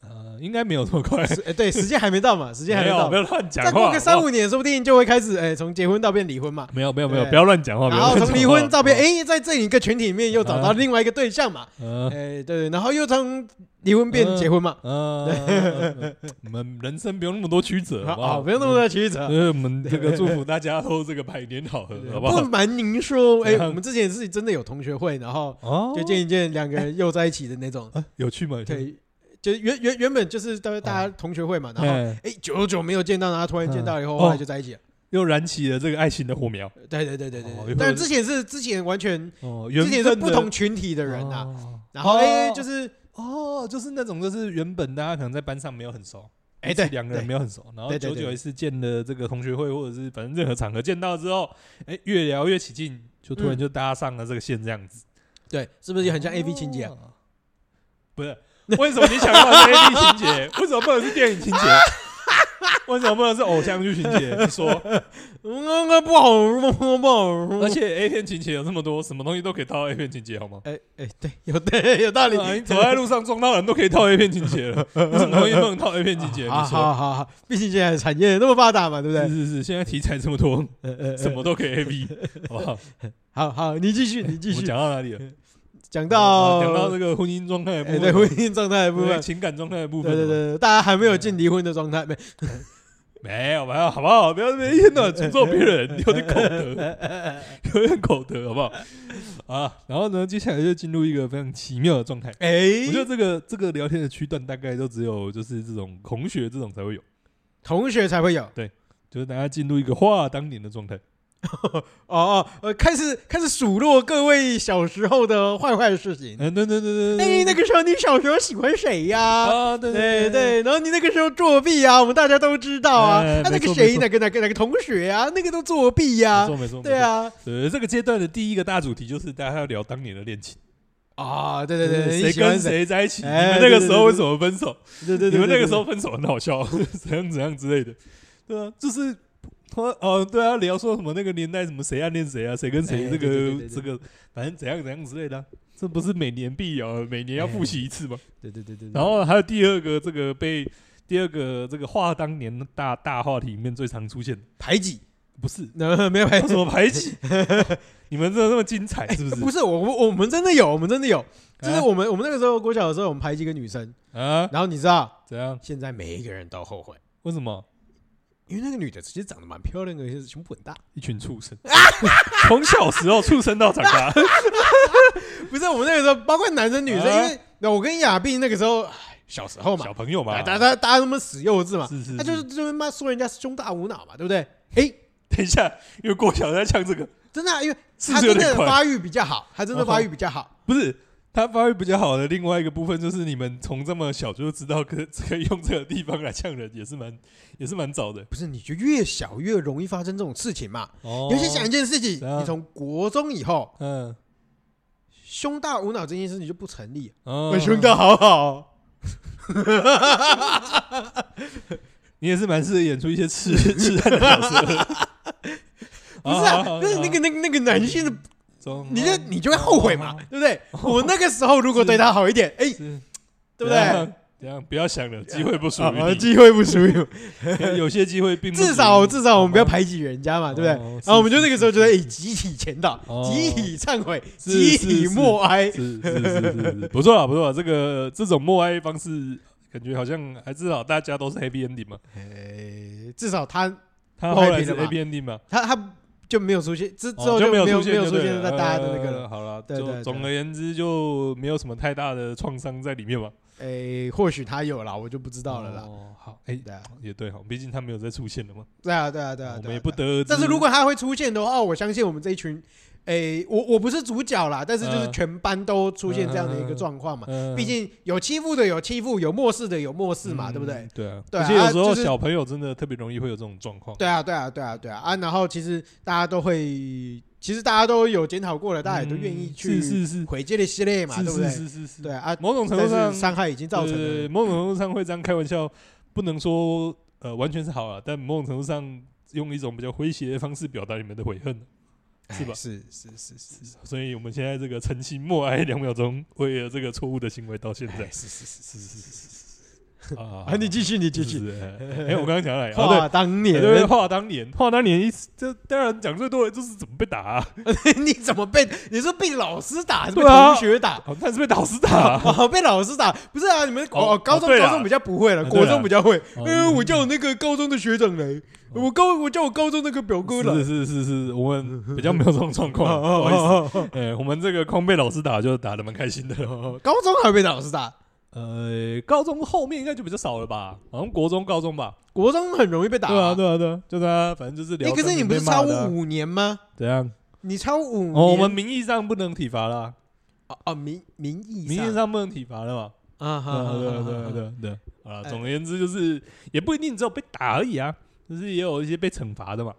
B: 呃，应该没有这么快，
A: 是哎对，时间还没到嘛，时间还
B: 没有，
A: 到
B: 不。要乱讲
A: 再
B: 话。
A: 过个三
B: 好不
A: 五年，说不定就会开始哎，从结婚到变离婚嘛
B: 好。没有没有没有，
A: 对
B: 不要乱讲话。不
A: 然
B: 要
A: 后
B: 乱
A: 从
B: 讲
A: 离
B: 话
A: 婚照片，，哎，在这一个群体里面又找到
B: 哦啊
A: 另外一个对象嘛，
B: 嗯
A: 哎，对对，然后又从离婚变结婚嘛，
B: 嗯，我们人生不用那么多曲折，好不
A: 啊，
B: 好？
A: 不用那么多曲折。
B: 呃，我们这个祝福大家都这个百年好合， 好不好？
A: 瞒您说，哎，
B: 然后
A: 我们之前是真的有同学会，然后
B: 哦
A: 就见一见两个人又在一起的那种。
B: 啊有趣吗？有趣吗，
A: 对，就是原原原本就是大家大家同学会嘛，然后
B: 哎
A: 哎久久没有见到，然后突然见到以后，
B: 嗯
A: 后来就在一起了。
B: 又燃起了这个爱情的火苗。
A: 对对对对对
B: 哦一会
A: 对
B: 儿，
A: 但之前是之前完全
B: 哦，原
A: 之前
B: 本
A: 是
B: 的
A: 不同群体的人啊，
B: 哦
A: 然后哎
B: 哦
A: 就是
B: 哦，就是那种就是原本大家可能在班上没有很熟，
A: 哎
B: 彼此
A: 对
B: 两个人
A: 对
B: 没有很熟，然后
A: 对对
B: 久
A: 对
B: 久一次见了这个同学会或者是反正任何场合见到之后，哎，越聊越起劲，就突
A: 嗯
B: 然就搭上了这个线这样子，
A: 对，是不是很像 A V 情节啊？
B: 哦？不是，为什么你想到是 A V 情节？为什么不能是电影情节？为什么不能是偶像剧情节？你说，
A: 嗯，嗯不好说，不好说。
B: 而且 A 片情节有那么多，什么东西都可以套 A 片情节，好吗？
A: 哎哎，对，有 对有道理。
B: 啊你走在路上撞到人都可以套 A 片情节了，你怎么容易不能套 A 片情节？嗯
A: 好
B: 你
A: 啊好
B: 说
A: 好好，毕竟现在产业那么发达嘛，对不
B: 是
A: 对？
B: 是是，现在题材这么多，
A: 呃呃，呃
B: 什？么都可以 A V，好不好？
A: 好好，你继续，你继
B: 我们
A: 续
B: 讲到哪里了？
A: 讲
B: 啊
A: 到
B: 讲到这个婚姻状态的部
A: 哎
B: 分，
A: 对婚姻状态的部
B: 对
A: 分，
B: 情感状态的部
A: 对
B: 分，
A: 对
B: 嗯
A: 对，对大家还没有进离婚的状态，没
B: 没有没有，好不好？不要每一天到晚诅咒别人，有点口德，有点口德，好不好？啊，然后呢，接下来就进入一个非常奇妙的状态。
A: 哎、
B: 我觉得这个这个聊天的区段大概都只有就是这种同学这种才会有，
A: 同学才会有
B: 就是大家进入一个话当年的状态。
A: 哦哦，呃，开始开始数落各位小时候的坏坏事情。
B: 嗯，对对对对
A: 哎、
B: 对，
A: 那个时候你小时候喜欢谁呀、
B: 啊，对
A: 对
B: 对，
A: 对，然后你那个时候作弊啊，我们大家都知道啊。
B: 哎
A: 啊，那
B: 没
A: 个
B: 错没
A: 谁，
B: 错
A: 哪个哪个哪个同学啊，那个都作弊呀、
B: 没错没错，
A: 对啊，
B: 呃，这个阶段的第一个大主题就是大家要聊当年的恋情，
A: 啊，对对对，
B: 嗯谁
A: 你喜欢
B: 跟？谁在一起，你
A: 哎
B: 们那个时候为什么分手，
A: 对对对，
B: 你们那
A: 对
B: 个时候分手很好笑， 怎样怎样之类的，对啊，就是。他哦，对啊，聊说什么那个年代什么谁暗恋谁啊，谁跟谁
A: 哎对
B: 这
A: 对
B: 个
A: 对对对
B: 这个，反正怎样怎样之类的啊，这不是每年必有，每年要复习一次吗？
A: 对对对对，对
B: 然后还有第二个这个被第二个这个话当年的大大话题里面最常出现的，
A: 排挤，
B: 不是
A: 那 没有排
B: 有
A: 挤
B: 什， 么 排挤？你们真的那么精彩是不是？
A: 哎不是我我我们真的有，我们真的有，就是
B: 啊
A: 我们我们那个时候国小的时候，我们排挤一个女生，
B: 啊，
A: 然后你知道，
B: 怎样？
A: 现在每一个人都后悔。
B: 为什么？
A: 因为那个女的其实长得蛮漂亮的，而且胸部很大。
B: 一群畜生， 从小时候畜生到 长大，
A: 不是我们那个时候，包括男生女生，
B: 啊
A: 因为那我跟亚碧那个时候唉小时候嘛
B: 小，朋友嘛
A: 哎大，家大家大家他妈死幼稚嘛，
B: 是是，
A: 他就是
B: 是
A: 就是妈说人家胸大无脑嘛，对不对？哎，
B: 等一下，因为过小在唱这个，
A: 真的啊，因为
B: 是
A: 他
B: 不是有
A: 真
B: 点
A: 的
B: 快
A: 发育比较好，他真的
B: 哦
A: 发育比较好。
B: 不是他发育比较好的另外一个部分，就是你们从这么小就知道可可以用这个地方来呛人，也是蛮也是蛮早的。
A: 不是，你就越小越容易发生这种事情嘛。
B: 哦
A: 尤其想一件事情，
B: 怎样
A: 你从国中以后，
B: 嗯，
A: 胸大无脑这件事情就不成立了。
B: 哦
E: 大好好，
B: 你也是蛮适合演出一些痴痴汉的角色的。
A: 不是
B: 哦
A: 啊，不是那个那个那个男性的，
B: 个
A: 你就你就会后悔嘛，对不对？我那个时候如果
B: 是
A: 对他好一点，哎，
B: 哦是，
A: 对不对？？
B: 怎样？不要想了，机会不属
E: 啊，
B: 于
E: 机会不属于我，
B: 你，有些机会并不属于你
A: 至少至少我们不要排挤人家嘛，对不对？
B: 哦
A: 然后我们就那个时候
B: 是
A: 觉得，哎，集体前导
B: 哦，
A: 集体忏悔，
B: 是
A: 集
B: 是
A: 体
B: 是
A: 默哀，
B: 是是是是是，不错啊，不错啊，这个这种默哀方式，感觉好像还至少大家都是 happy ending 嘛。
A: 哎，至少他
B: 他后来
A: happy
B: 是
A: 了嘛
B: happy ending 嘛，
A: 他他就没有出现，之之
B: 哦
A: 后
B: 就
A: 没有
B: 有
A: 没
B: 现
A: 有
B: 就
A: 出
B: 对
A: 现在
B: 了
A: 大家的那个
B: 呃
A: 了。
B: 好了，
A: 对对
B: 就
A: 对
B: 总而言之就没有什么太大的创伤在里面嘛。
A: 哎，或许他有啦，我就不知道了啦。
B: 哦，好，哎，
A: 对啊，
B: 也对哈，毕竟他没有再出现了嘛，哦
A: 对啊，对啊，对啊，
B: 我
A: 对啊
B: 们也不。
A: 对啊
B: 得而知。
A: 但是如果他会出现的话，我相信我们这一群，哎，我我不是主角啦，但是就是
B: 嗯
A: 全班都出现这样的一个状况嘛。
B: 嗯，
A: 毕竟有欺负的有欺负，有漠视的有漠视嘛，
B: 嗯
A: 对不对？？
B: 对啊，
A: 对啊
B: 而且有时
A: 啊
B: 候
A: 就是
B: 小朋友真的特别容易会有这种状况。
A: 对啊，对啊，对啊，对啊啊！然后其实大家都会，其实大家都有检讨过了，大家也都愿意
B: 嗯
A: 去
B: 是是是
A: 回这类系列嘛，
B: 是
A: 对不
B: 是
A: 对？
B: 是是是，
A: 对啊，
B: 某种程
A: 但
B: 度上
A: 是伤害已经造成
B: 对对对
A: 了。
B: 某种程度上会这样开玩笑，不能说呃完全是好了，但某种程度上用一种比较诙谐的方式表达你们的悔恨，呃是吧
A: 哎是是是是是，
B: 所以我们现在这个诚心默哀两秒钟，为了这个错误的行为到现在
A: 哎，是是是是是是
B: 啊
E: 啊，你继续，你继
B: 是
E: 续，
B: 是哎、哎我刚刚讲了，啊对
A: 话当
B: 哎对对，
A: 年，
B: 话当年，话当年一，这当然讲最多的就是怎么被打、啊，
A: 你怎么被？你是被老师打还是被
B: 对啊
A: 同学 打？
B: 好像是被老师打啊、
A: 哦，被老师打？不是啊，你们
B: 哦
A: 哦，高中
B: 哦对啊
A: 高中比较不会了，
B: 啊
A: 国中比较会。
B: 哦
E: 嗯，我叫我那个高中的学长来，
B: 哦
E: 我高我叫我高中那个表哥来，
B: 是是是是，我们比较没有这种状况，不好意思。
E: 哦哦
B: 哎、我们这个空被老师打就打的蛮开心的。
A: 哦高中还被老师
B: 啊
A: 打，
B: 呃，高中后面应该就比较少了吧？好像国中、高中吧。
A: 国中很容易被打。
B: 对啊，对啊，对啊，就大家反正就是聊
A: 哎，
B: 生
A: 可
B: 病被骂的啊。
A: 是你不是超过五年吗？
B: 怎样？
A: 你超过五年，
B: 哦，我们名义上不能体罚啦，
A: 哦哦名名义
B: 名义上不能体罚了嘛。
A: 啊，
B: 对
A: 哈哎
B: 啊对啊对啊对啊对啊。好了，总而言之就是也不一定只有被打而已啊，就是也有一些被惩罚的嘛，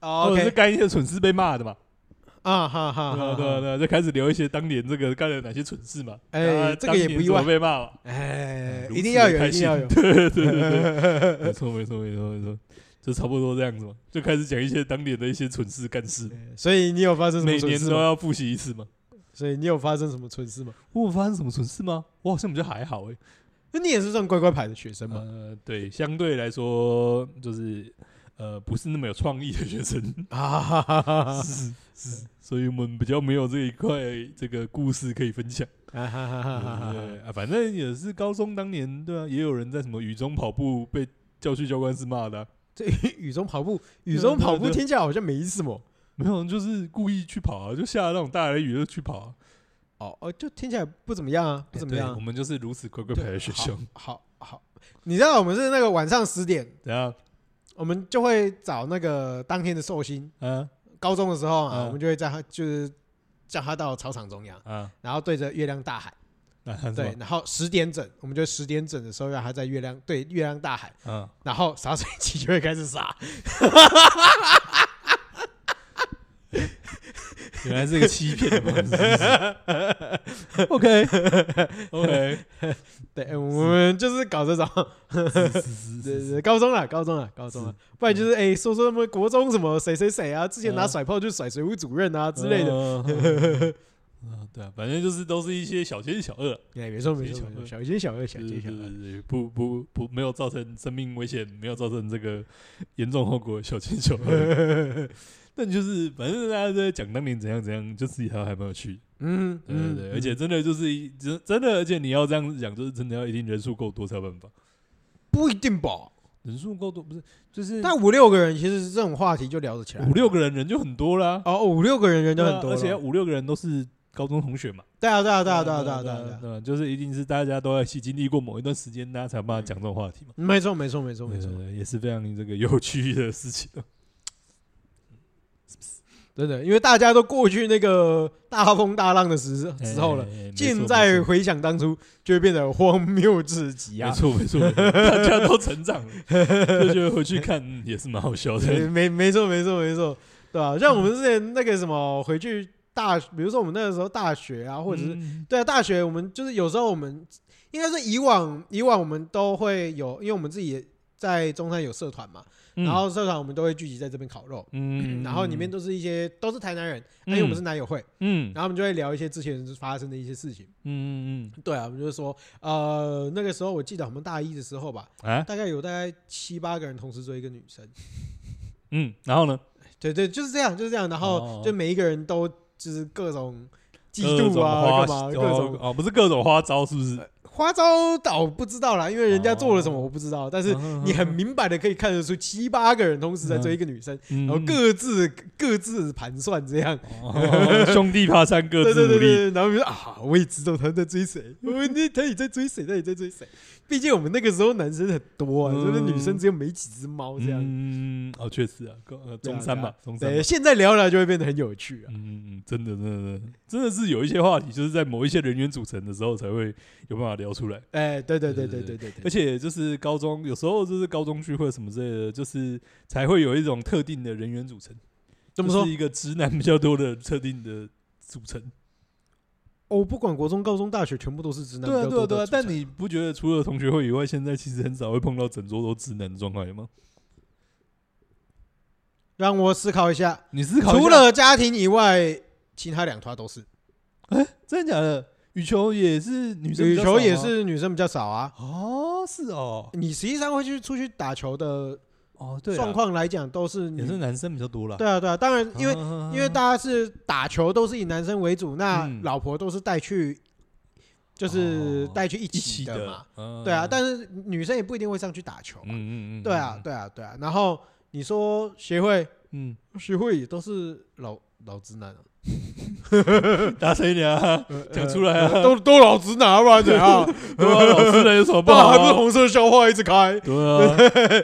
A: 哦
B: 或者是
A: ，OK
B: 干一些蠢事被骂的嘛。
A: 啊，哈哈
B: 对啊
A: 哈
B: 对啊
A: 哈，
B: 对啊，就开始聊一些当年这个干了哪些蠢事嘛。
A: 哎
B: 啊
A: 这个也
B: 当年
A: 不意
B: 怎么
A: 外
B: 被骂嘛。
A: 哎，
B: 如此
A: 一定要
B: 的
A: 有，
B: 开
A: 一定
B: 心，
A: 要有
B: 对对对对，没错没错没错没错，就差不多这样子嘛，就开始讲一些当年的一些蠢事干事，
A: 所以你有发生什
B: 每
A: 么蠢
B: 年
A: 事
B: 都
A: 吗？
B: 要复习一次嘛。
A: 所以你有发生什么蠢事吗？
B: 我有发生什么蠢事吗？我好像比较还好哎、
A: 那你也是算乖乖牌的学生吗？
B: 呃，对，相对来说就是呃不是那么有创意的学生，
A: 啊哈哈哈哈
B: 嗯是是，所以我们比较没有这一块这个故事可以分享。
A: 啊哈哈哈哈哈！
B: 对啊，反正也是高中当年对啊，也有人在什么雨中跑步被叫去教官室骂的啊、
A: 这雨中跑步，雨中跑步听起来好像没什么。
B: 没有，就是故意去跑啊，就下那种大雷雨就去跑、啊，
A: 哦哦，就听起来不怎么样啊，不怎么样
B: 哎对我
A: 啊。
B: 们就是如此乖乖牌的学校，
A: 好好，你知道我们是那个晚上十点，
B: 怎样
A: 我们就会找那个当天的寿星。
B: 啊
A: 高中的时候啊，
B: 嗯
A: 我们就会在他就是叫他到操场中央，
B: 啊？
A: 然后对着月亮大喊。
B: 那他
A: 对，，然后十点整，我们就十点整的时候让他在月亮对月亮大喊，
B: 嗯，
A: 然后洒水器就会开始洒。
B: 原来是个欺骗的方式。OK OK，
A: 对，呃我们就是搞这种，对对，对高中了，高中了，高中了，不然就是哎，说说什么国中什么谁谁谁啊，之前拿
B: 嗯
A: 甩炮就甩水务主任啊之类的。
B: 的。 啊，对啊，反正就是都是一些小奸小恶，
A: 哎，没错没
B: 小
A: 错
B: 奸
A: 没错，小奸小恶，小
B: 对
A: 奸小
B: 对
A: 恶。
B: 对，不不不，没有造成生命危险，没有造成这个 严重后果，小奸小恶。 但就是反正大家都在讲当年怎样怎样，就自己还还蛮有趣的。
A: 嗯
B: 对对
A: 嗯，
B: 对，
A: 嗯
B: 而且真的就是一真真的，而且你要这样子讲，就是真的要一定人数够多才有办法。
A: 不一定吧？
B: 人数够多，不是就是
A: 但五六个人其实这种话题就聊得起来
B: 嗯五。六个人人就很多啦，
A: 哦，五六个人人就
B: 对啊
A: 很多
B: 而
A: 了。
B: 且五六个人都是高中同学嘛，
A: 对啊，对啊，对啊，对啊，对啊，对啊，对
B: 对
A: 啊，
B: 啊，就是一定是大家都要一起经历过某一段时间，大家才有办法讲这种话题嘛，
A: 没错，没错，没错，没
B: 对
A: 错
B: 对，对，也是非常这个有趣的事情。啊
A: 真的，因为大家都过去那个大风大浪的时时候了
B: 哎，，哎
A: 现在回想当初，就会变得荒谬至极
B: 没
A: 啊！
B: 错没错，没错大家都成长了，就觉得回 去看嗯也是蛮好笑
A: 对
B: 的。
A: 没没错，没错，没错，对吧、像我们之前那个什么回去大，比如说我们那个时候大学啊，或者是
B: 嗯
A: 对啊，大学我们就是有时候我们应该是以往以往我们都会有，因为我们自己也在中山有社团嘛，
B: 嗯
A: 然后社团我们都会聚集在这边烤肉，
B: 嗯
A: 然后里面都是一些都是台南人，啊因为我们是男友会，
B: 嗯
A: 然后我们就会聊一些之前发生的一些事情。
B: 嗯嗯
A: 对啊，我们就是说，呃，那个时候我记得我们大一的时候吧，
B: 嗯 啊
A: 大概有大概七八个人同时追一个女生，
B: 嗯，然后呢？
A: 对对，就是这样，就是这样，然
B: 哦
A: 后就每一个人都就是各种嫉
B: 各
A: 妒
B: 种花
A: 啊，干嘛各
B: 哦
A: 种呃
B: 哦，不是各种花招，是不是？
A: 花招倒不知道啦，因为人家做了什么
B: 哦
A: 我不知道，但是
B: 嗯
A: 你很明白的可以看得出七八个人同时在追一个女生，然
B: 嗯
A: 后各自各自盘算这样。
B: 哦 兄弟爬山各
A: 对
B: 自
A: 对对
B: 努力，
A: 对，对然后就说啊，我也知道他在追 谁，我那他也在追谁，他也在追谁。毕竟我们那个时候男生很多啊，
B: 嗯
A: 就是女生只有没几只猫这样。
B: 嗯，哦，确实啊，高呃
A: 对啊
B: 中山
A: 对
B: 嘛
A: 啊，
B: 中山嘛
A: 对，。现在聊聊就会变得很有趣啊。
B: 嗯，嗯嗯真的，真的，真的真的是有一些话题，就是在某一些人员组成的时候才会有办法聊出来。
A: 哎，对对对
B: 对
A: 对
B: 对
A: 对对对，
B: 而且就是高中有时候就是高中聚会什么之类的，就是才会有一种特定的人员组成。
A: 怎么
B: 就
A: 说
B: 是？一个直男比较多的特定的组成。
A: 哦，不管国中、高中、大学，全部都是直男比
B: 对啊，
A: 较
B: 对啊，
A: 多的组成。
B: 对啊。但你不觉得除了同学会以外，现在其实很少会碰到整桌都直男的状态吗？
A: 让我思考一下。
B: 你思考一下
A: 除了家庭以外，其他两团都是。
B: 真的假的，羽球也是女生比
A: 羽
B: 较少吗，
A: 球也是啊女生比较少啊。
B: 哦，是哦，
A: 你实际上会去出去打球的
B: 哦，对啊，
A: 状况来讲，都是
B: 也
A: 女
B: 是男生比较多啦。
A: 对啊，对啊，当然，因为
B: 啊
A: 因为大家是打球都是以男生为主，那
B: 嗯
A: 老婆都是带去，就是
B: 哦
A: 带去一
B: 一起
A: 起的嘛。
B: 嗯
A: 对啊，但是女生也不一定会上去打球
B: 嗯。嗯嗯，
A: 对啊，，对啊，对啊。然后你说协会，
B: 嗯，
A: 协会也都是老老直男啊，
B: 大声一点
A: 呃
B: 啊， 讲出来啊，
A: 都都老直男啊，不然怎样？
B: 对啊，老师人有什么不好
A: 爸还不是
B: 啊？
A: 红色笑话一直开？
B: 对啊，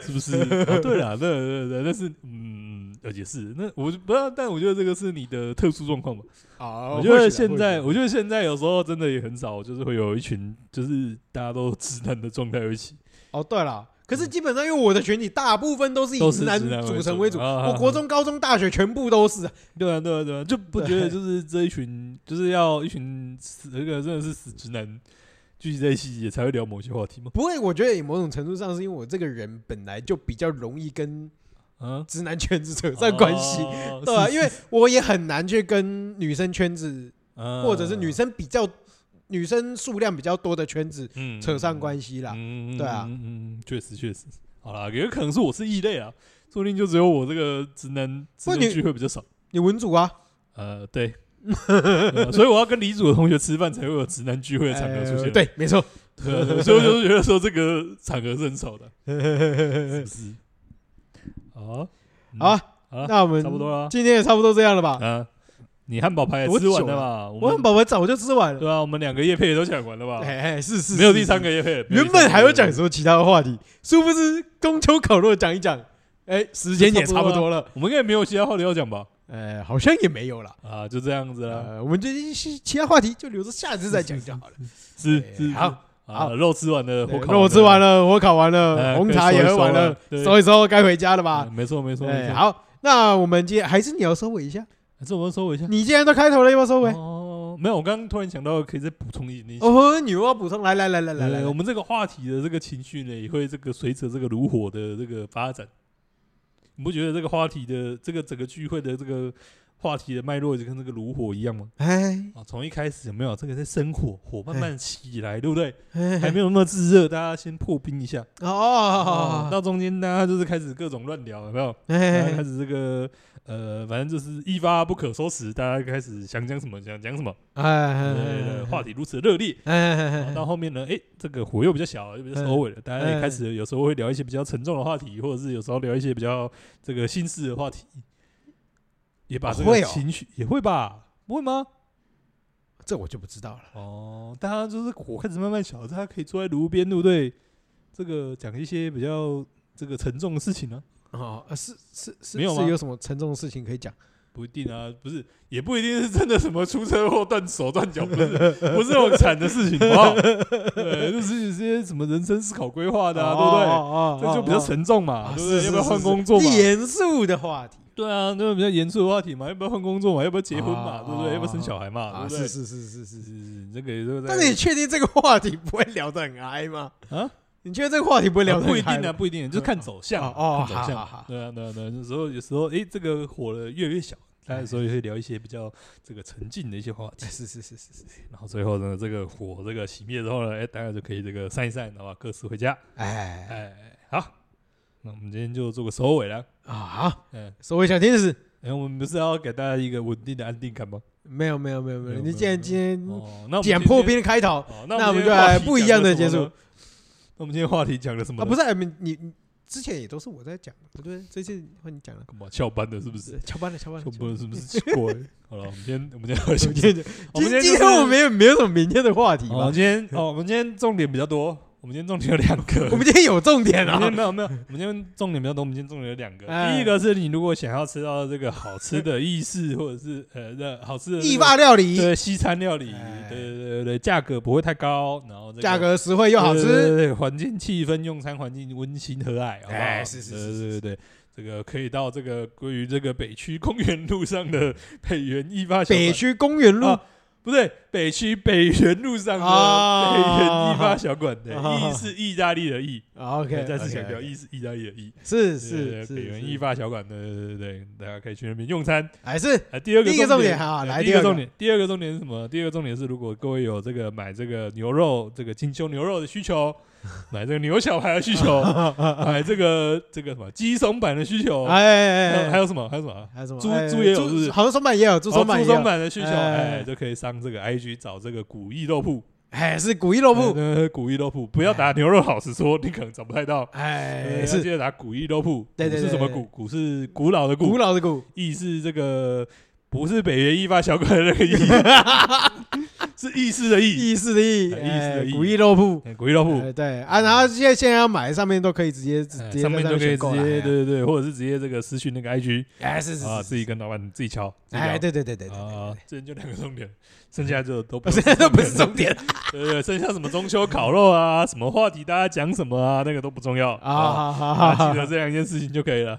B: 是不是？哦、对啦，对对对，但是嗯，呃也是，那我就不知道，但我觉得这个是你的特殊状况吧。
A: 啊
B: 我觉得现在，我觉得现在有时候真的也很少，就是会有一群就是大家都直男的状态一起，
A: 哦，对了，可是基本上因为我的群体大部分都是
B: 嗯都
A: 以
B: 是
A: 直男
B: 直男为
A: 组成
B: 主
A: 为主，
B: 啊
A: 我 国中、高中、大学全部都是啊。
B: 对啊，对啊，对啊，就不觉得就是这一群就是要一群死那个真的是死直男聚集在一起也才会聊某些话题吗？
A: 不过我觉得也某种程度上是因为我这个人本来就比较容易跟
B: 啊，
A: 直男圈子扯上关系，
B: 哦
A: 对啊，
B: 是
A: 因为我也很难去跟女生圈子
B: 啊
A: 或者是女生比较、女生数量比较多的圈子
B: 嗯
A: 扯上关
B: 系
A: 系啦。
B: 嗯
A: 对啊
B: 嗯嗯，嗯确实确实，好啦，也有可能是我是异类啊，说不定就只有我这个直男直
A: 不
B: 男
A: 你
B: 聚会比较少。
A: 你文组啊，
B: 呃，对。对啊所以我要跟李组的同学吃饭，才会有直男聚会的场合出
A: 呃
B: 现。
A: 对，没错，
B: 对啊，对 啊所以我就觉得说这个场合是很 少的，是不是？好，嗯
A: 好啊，
B: 好啊，
A: 那我们
B: 差不多了啊
A: 今天也差不多这样了吧？
B: 啊，你汉堡排也
A: 多
B: 吃完
A: 久
B: 了
A: 了
B: 吧？我
A: 我
B: 们
A: 很饱，我早就吃完了。
B: 对啊，我们两个叶配也都讲完了吧？
A: 哎哎，是是，
B: 没有
A: 是
B: 第三
A: 是
B: 个叶配，没
A: 原
B: 有第三
A: 本
B: 个
A: 还
B: 业
A: 有
B: 配
A: 讲什么其他的话题，殊不知中秋烤肉讲一讲，哎，时间也差不多了，
B: 我们应该没有其他话题要讲吧？
A: 哎，好像也没有了。
B: 啊，就这样子啦，
A: 呃，我们这些其他话题就留着下次再讲就好了。
B: 是
A: 哎
B: 是是
A: 好，
B: 啊，
A: 好
B: 肉吃完了，
A: 对
B: 火烤
A: 肉吃完
B: 了，
A: 了，我烤完
B: 哎
A: 了，红
B: 可以
A: 茶
B: 收
A: 也
B: 一
A: 喝
B: 收
A: 完
B: 了
A: 了，
B: 对
A: 收一收，该回家了吧
B: 嗯？没错没错没
A: 哎，
B: 错，
A: 好，那我们今天还是你要收尾一下。
B: 还哎是我们收尾一下。
A: 你既然都开头了，要不要收尾？
B: 哦，没有，我刚刚突然想到可以再补充一点点。
A: 哦，你又要补充，来来来来来
B: 来
A: 来
B: 呃来，我，们这个话题的这个情绪呢，也会这个随着这个炉火的这个发展，你不觉得这个话题的这个整个聚会的这个话题的脉络就跟这个炉火一样嘛。
A: 哎
B: 啊，从一开始有没有这个在生火，火慢慢起来，对不 对？还
A: 哎，
B: 没有那么炙热，大家先破冰一下。哦，
A: 哦，
B: 到中间大家就是开始各种乱聊，有没 有？大家
A: 哎
B: 开始这个呃，反正就是一发不可收拾，大家开始想讲什么想讲什么，
A: 哎
B: 呃，话题如此热烈。
A: 哎
B: 到后面呢，哎，这个火又比较小，又比
A: 嗯
B: 较收尾了，大家也开始有时候会聊一些比较沉重的话题，或者是有时候聊一些比较这个心事的话题，也把这
A: 哦会
B: 个
A: 哦
B: 情绪也会吧？不会吗？
A: 这我就不知道了。
B: 哦，大家就是火开始慢慢小，大家可以坐在炉边，对不对？这个讲一些比较这个沉重的事情呢、
A: 哦，呃是是是，
B: 没有吗
A: 是有什么沉重的事情可以讲？
B: 不一定啊，不是，也不一定是真的什么出车祸断手断脚，不是，不是那种惨的事情，好不好？对，就是一些什么人生思考规划的、啊，对
A: 哦
B: 不对？这就比较沉重嘛，
A: 啊
B: 对不对？
A: 是
B: 要不要
A: 是
B: 换
A: 是
B: 工作嘛？
A: 严肃的话题
B: 对啊，那种比较严肃的话题嘛，要不要换工作嘛？要不要结婚嘛？
A: 啊
B: 对不对？要不要生小孩嘛？
A: 啊，
B: 对不对？
A: 是是是是是
B: 是
A: 是。
B: 是是，这个也是在
A: 但是你确定这个话题不会聊得很嗨吗？
B: 啊。
A: 你觉得这个话题不会聊
B: 啊
A: 得
B: 不一
A: 很
B: 定
A: 嗨
B: 啊，
A: 吗？
B: 不一定，就是看走向啊
A: 哦哦
B: 看走
A: 好好
B: 向
A: 好。
B: 对啊，对啊，对啊，有时候有时候，哎，这个火了越来越小，大家有时候也会聊一些比较这个沉静的一些话题。
A: 是是是是是。
B: 然后最后呢，这个火这个熄灭之后呢，哎，大家就可以这个散一散，好吧，各自回家。
A: 哎
B: 哎，好，那我们今天就做个收尾了。
A: 啊，好
B: 嗯，
A: 所谓小天使，
B: 哎，我们不是要给大家一个稳定的安定感吗？
A: 没有没有没有没
B: 没
A: 有，
B: 有
A: 你既然今天
B: 哦，那我们
A: 捡嗯
B: 今
A: 破
B: 天。
A: 冰的开头，
B: 哦，
A: 那
B: 我
A: 我
B: 们
A: 们
B: 今天
A: 就来
B: 话题
A: 不一
B: 讲
A: 样
B: 了
A: 的
B: 什么
A: 结束
B: 呢。那我们今天话题讲了什么
A: 啊，
B: 呢？
A: 不是哎你你你之前也都是我在讲，不对，这次换你讲了，
B: 干嘛翘班的，是不是？
A: 敲班了敲班了
B: 就
A: 敲班
B: 不
A: 了。
B: 能是不是奇怪？好了，我们今天我们今天
A: 今
B: 今
A: 天
B: 天
A: 就今
B: 我们今天
A: 今天我们也没有什么明天的话题
B: 我
A: 吧
B: 们？今天哦，我们今天重点比较多，我们今天重点有两个。
A: 我们今天有重点
B: 我
A: 啊
B: 们今，天没有没有，我们今天重点比较多，我们今天重点有两个。
A: 哎
B: 第一个是你如果想要吃到这个好吃的意式或者是呃那好吃的
A: 意
B: 吧
A: 法料理，
B: 对西餐料理
A: 哎，
B: 对对对对，价格不会太高，然后这个
A: 价格实惠又好
B: 对对
A: 吃，
B: 对对环境气氛、用餐环境温馨和蔼，好不好？
A: 哎是是是
B: 对对对对，这个可以到这个归于这个北区公园路上的北园一发小馆
A: 北区公园路
B: 啊不对，北区北园路上的
A: 啊
B: 北园一发小馆，对，
A: 啊
B: 意是意大利的意，
A: ，OK，
B: 对哦再次强
A: 想
B: 调，
A: 聊，
B: 意是意大利的意，
A: 是
B: 对
A: 是
B: 北园一
A: 是，
B: 发小馆，对对对对，大家可以去那边用餐。
A: 还哎是
B: 啊，第二个
A: 第一个重
B: 点
A: 点好
B: 对
A: 啊来
B: 第一
A: 第二个
B: 重点，第二个重点是什么？第二个重点是，如果各位有这个买这个牛肉，这个金秋牛肉的 需求，买这个牛小排的需求，买这个这个什么鸡松板的需求，
A: 哎哎哎
B: 哦还有什么？还有什么？
A: 还有什么？
B: 猪
A: 哎
B: 猪也有是不是
A: 好像松板也有，猪
B: 猪
A: 松板也
B: 猪
A: 有
B: 松，板的需求，
A: 哎
B: 哎，就可以上这个 IG 找这个古意肉铺，
A: 哎，是古意肉
B: 呃
A: 铺，
B: 呃古意肉铺，不要打牛肉，老实说，你可能找不太到。
A: 哎，
B: 呃要
A: 是
B: 记得打古意肉铺，
A: 对
B: 古
A: 对
B: 是
A: 对
B: 什么
A: 对
B: 古？古是古老的
A: 古
B: 古，
A: 老的古，
B: 意是这个不是北原一发小馆的那 个意，是意思的意。
A: 意式的意，
B: 哎意式的
A: 哎
B: 意
A: 古意肉铺，
B: 哎古意肉铺，
A: 哎对啊，然后现在现在要买，上面都可以直接直
B: 哎
A: 接
B: 上面
A: 在
B: 就可以
A: 选
B: 直
A: 购
B: 接对
A: 了，
B: 对对，或者是直接这个私讯那个 IG
A: 哎，是是
B: 啊，
A: 是，
B: 自己跟老板自己敲。自己
A: 哎，
B: 聊
A: 对对对对对
B: 啊
A: 对，
B: 这就两个重点，剩下就都不
A: 对，现在都不是重点
B: 对对，剩下什么中秋烤肉啊，什么话题大家讲什么啊，那个都不重要
A: 啊，
B: 啊，
A: 好好好
B: 啊
A: 好
B: 记，得这两件事情就可以了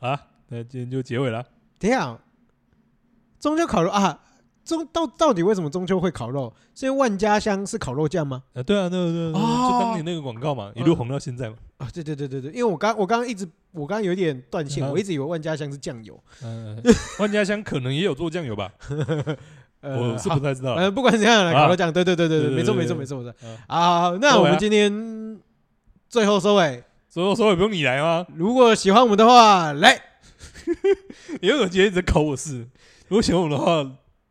B: 啊。那今天就结尾了。
A: 等一下，中秋烤肉啊，中到到底为什么中秋会烤肉？是因为万家香是烤肉酱吗？
B: 啊，对啊，对对对，对
A: 哦
B: 就当年那个广告嘛，一路红到现在嘛。
A: 啊，对对对对对，因为我刚我刚刚一直我刚刚有点断线，
B: 嗯
A: 我一直以为万家香是酱油。
B: 嗯，万家香可能也有做酱油吧，
A: 呃，
B: 我是
A: 好
B: 不太知道
A: 反。正不管怎样了，
B: 啊
A: 烤肉酱，对对对对
B: 对
A: 对，
B: 对
A: 没错
B: 对
A: 没错
B: 对
A: 没错没错
B: 嗯。
A: 好，那
B: 收
A: 我
B: 尾啊
A: 们今天最后收尾，
B: 所以我说也不用你来吗？
A: 如果喜欢我们的话，来
B: 你为什么今天一直考我试？如果喜欢我的话，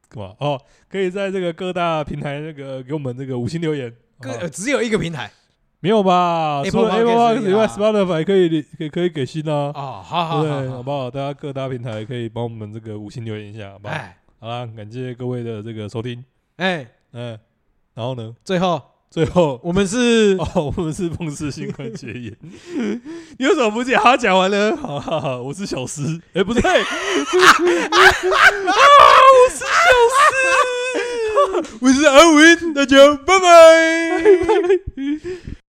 B: 干嘛？哦，可以在这个各大平台那个给我们这个五星留言。
A: 各
B: 好不好
A: 呃只有一个平台
B: 没有吧？
A: Apple
B: 除了 Apple
A: Podcast
B: Podcast 以外
A: 可
B: ，Spotify 可以可以可以给星啊，
A: 哦，好好
B: 对不
A: 好
B: 对，好
A: 好
B: 不好？大家各大平台可以帮我们这个五星留言一下，好不好？
A: 哎
B: 好啦，感谢各位的这个收听，
A: 哎，
B: 嗯，然后呢，
A: 最后
B: 最后
A: 我们是
B: 哦，我们是风湿性关节炎。 你为什么不讲？他讲完了，好好好，我是小诗，哎、不对，啊，我是 小诗，我是阿文，大家拜拜。